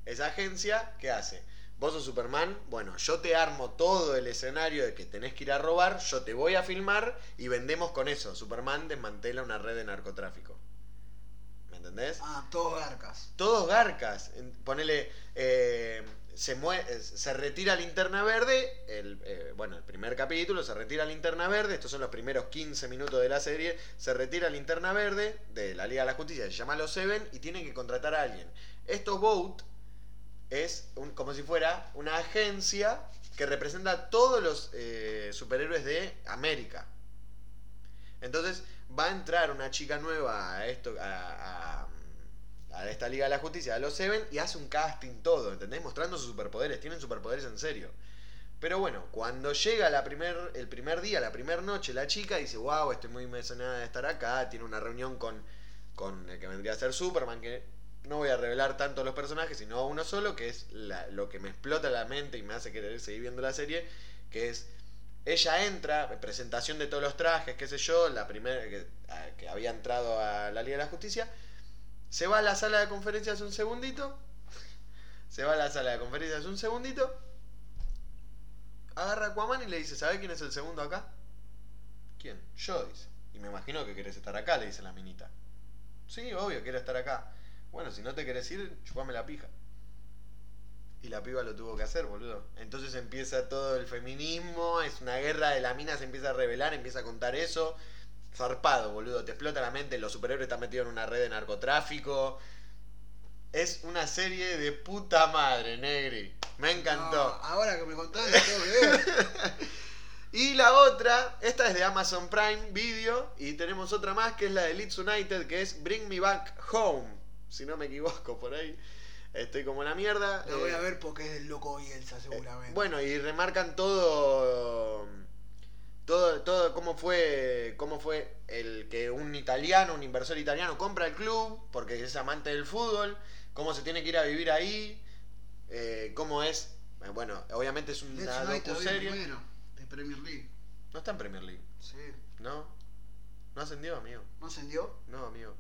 Esa agencia, ¿qué hace? Vos sos Superman, bueno, yo te armo todo el escenario de que tenés que ir a robar, yo te voy a filmar y vendemos con eso. Superman desmantela una red de narcotráfico. ¿Me entendés?
Ah, todos garcas.
todos garcas. En- Ponele, eh, se, mue- eh, se retira Linterna Verde, el, eh, bueno, el primer capítulo, se retira Linterna Verde, estos son los primeros 15 minutos de la serie, se retira Linterna Verde de la Liga de la Justicia, se llama Los Seven y tienen que contratar a alguien. Estos Boat es un- como si fuera una agencia que representa a todos los eh, superhéroes de América. Entonces va a entrar una chica nueva a esto, a, a- a esta Liga de la Justicia, a los Seven, y hace un casting todo, ¿entendés? Mostrando sus superpoderes, tienen superpoderes en serio. Pero bueno, cuando llega la primer, el primer día, la primera noche, la chica dice, wow, estoy muy emocionada de estar acá, tiene una reunión con, con el que vendría a ser Superman, que no voy a revelar tanto los personajes, sino a uno solo, que es la- lo que me explota la mente y me hace querer seguir viendo la serie, que es ella entra, presentación de todos los trajes, qué sé yo, la primera que, a- que había entrado a la Liga de la Justicia, se va a la sala de conferencias un segundito, se va a la sala de conferencias un segundito, agarra a Aquaman y le dice, ¿sabés quién es el segundo acá? ¿Quién? Yo, dice. Y me imagino que querés estar acá, le dice la minita. Sí, obvio, quiero estar acá. Bueno, si no te querés ir, chupame la pija. Y la piba lo tuvo que hacer, boludo. Entonces empieza todo el feminismo, es una guerra de la mina, se empieza a revelar, empieza a contar eso. Zarpado, boludo, te explota la mente, los superhéroes están metidos en una red de narcotráfico. Es una serie de puta madre, Negri. Me encantó.
No, ahora que me contaste, tengo que ver.
Y la otra, esta es de Amazon Prime Video y tenemos otra más que es la de Leeds United que es Bring Me Back Home, si no me equivoco por ahí. Estoy como la mierda.
La voy
Eh,
a ver porque es del loco Bielsa,
eh,
seguramente.
Bueno, y remarcan todo todo todo cómo fue cómo fue el que un italiano, un inversor italiano compra el club porque es amante del fútbol, cómo se tiene que ir a vivir ahí, eh, cómo es eh, bueno, obviamente es una
Let's United bien
docuserie.
primero, de Premier League.
No está en Premier League.
Sí.
No. No ascendió, amigo.
¿No ascendió?
No, amigo.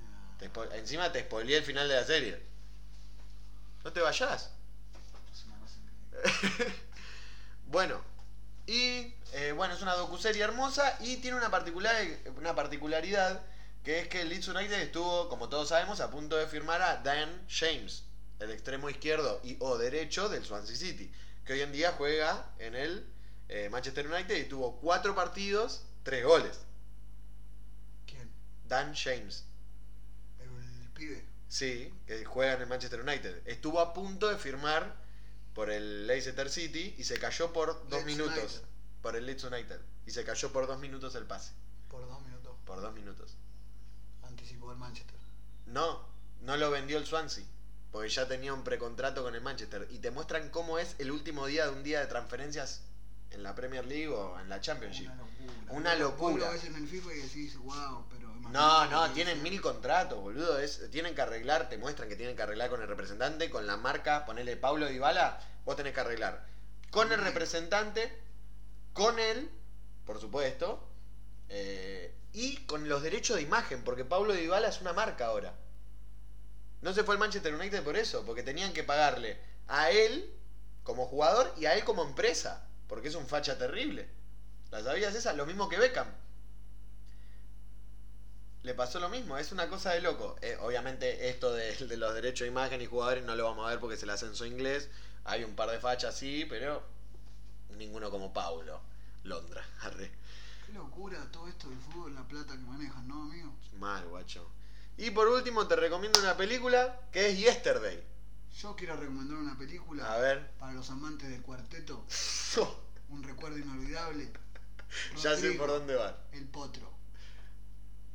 Ah,
Te spo- Encima te spoileé el final de la serie. No te vayas.
es una cosa increíble.
bueno, y eh, bueno, es una docuserie hermosa y tiene una, particular, una particularidad que es que el Leeds United estuvo, como todos sabemos, a punto de firmar a Dan James, el extremo izquierdo y o derecho del Swansea City, que hoy en día juega en el eh, Manchester United y tuvo cuatro partidos, tres goles.
¿Quién?
Dan James.
El, pibe.
Sí, que juega en el Manchester United. Estuvo a punto de firmar por el Leicester City y se cayó por dos
Leeds
minutos.
United.
Por el Leeds United. Y se cayó por dos minutos el pase.
Por dos minutos.
Por dos minutos.
Anticipó el Manchester.
No, no lo vendió el Swansea. Porque ya tenía un precontrato con el Manchester. Y te muestran cómo es el último día de un día de transferencias en la Premier League o en la Championship.
locura.
Una
Vos
locura.
lo ves en el FIFA y decís, wow, pero.
No,
imagínate lo
no,
que
tienen
hizo".
mil contratos, boludo. Es, tienen que arreglar, te muestran que tienen que arreglar con el representante, con la marca, ponele Pablo Dybala, vos tenés que arreglar. Con el representante, con él, por supuesto, eh, y con los derechos de imagen, porque Pablo Dybala es una marca ahora. No se fue al Manchester United por eso, porque tenían que pagarle a él como jugador y a él como empresa, porque es un facha terrible. ¿La sabías esa? Lo mismo que Beckham. Le pasó lo mismo, es una cosa de loco. Eh, obviamente esto de, de los derechos de imagen y jugadores no lo vamos a ver porque es el ascenso inglés. Hay un par de fachas, sí, pero ninguno como Paulo. Londra, *laughs* arre.
Qué locura todo esto del fútbol, la plata que manejan, ¿no, amigo?
Mal, guacho. Y por último te recomiendo una película que es Yesterday.
Yo quiero recomendar una película
A ver. *laughs*
para los amantes del cuarteto, un recuerdo inolvidable.
ya sé
Rodrigo,
por dónde van.
El potro.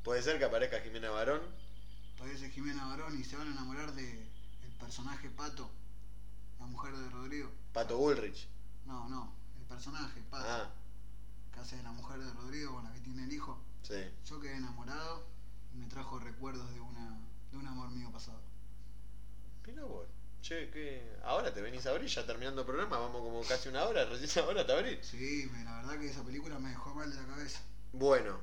Puede ser que aparezca Jimena Barón.
Parece Jimena Barón y se van a enamorar de el personaje Pato, la mujer de Rodrigo.
Pato Bullrich.
No, no, el personaje Pato,
Ah,
que hace de la mujer de Rodrigo con la que tiene el hijo.
sí.
Yo quedé enamorado y me trajo recuerdos de una de un amor mío pasado.
Mirá vos. Che, que ahora te venís a abrir ya terminando el programa, vamos como casi una hora, recién ahora te abrís.
Sí, me- la verdad que esa película me dejó mal de la cabeza.
Bueno,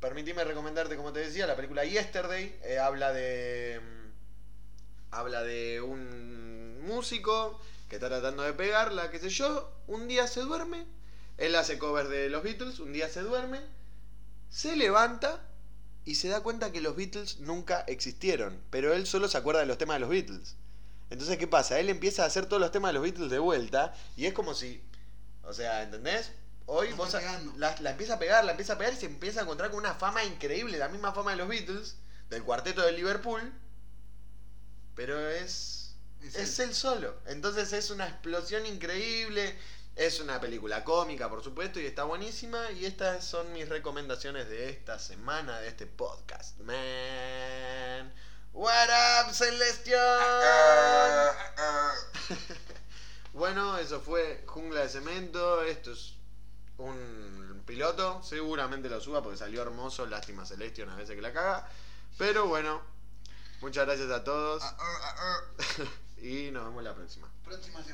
permitime recomendarte, como te decía, la película Yesterday. eh, habla de. mm, Habla de un músico que está tratando de pegarla, qué sé yo. Un día se duerme. Él hace covers de los Beatles. Un día se duerme. Se levanta. Y se da cuenta que los Beatles nunca existieron. Pero él solo se acuerda de los temas de los Beatles. Entonces, ¿qué pasa? Él empieza a hacer todos los temas de los Beatles de vuelta. Y es como si. O sea, ¿entendés? Hoy
La
vos.
está pegando.
La, la empieza a pegar, la empieza a pegar y se empieza a encontrar con una fama increíble. La misma fama de los Beatles. Del cuarteto de Liverpool. Pero es.
Es
Es
él.
él solo. Entonces es una explosión increíble. Es una película cómica, por supuesto, y está buenísima. Y estas son mis recomendaciones de esta semana, de este podcast. Man. What up, Celestion? *laughs* bueno, eso fue Jungla de Cemento. Esto es un piloto. Seguramente lo suba porque salió hermoso. Lástima Celestion a veces que la caga. Pero bueno, muchas gracias a todos.
Ah, ah, ah, ah.
y nos vemos la próxima.
Próxima semana.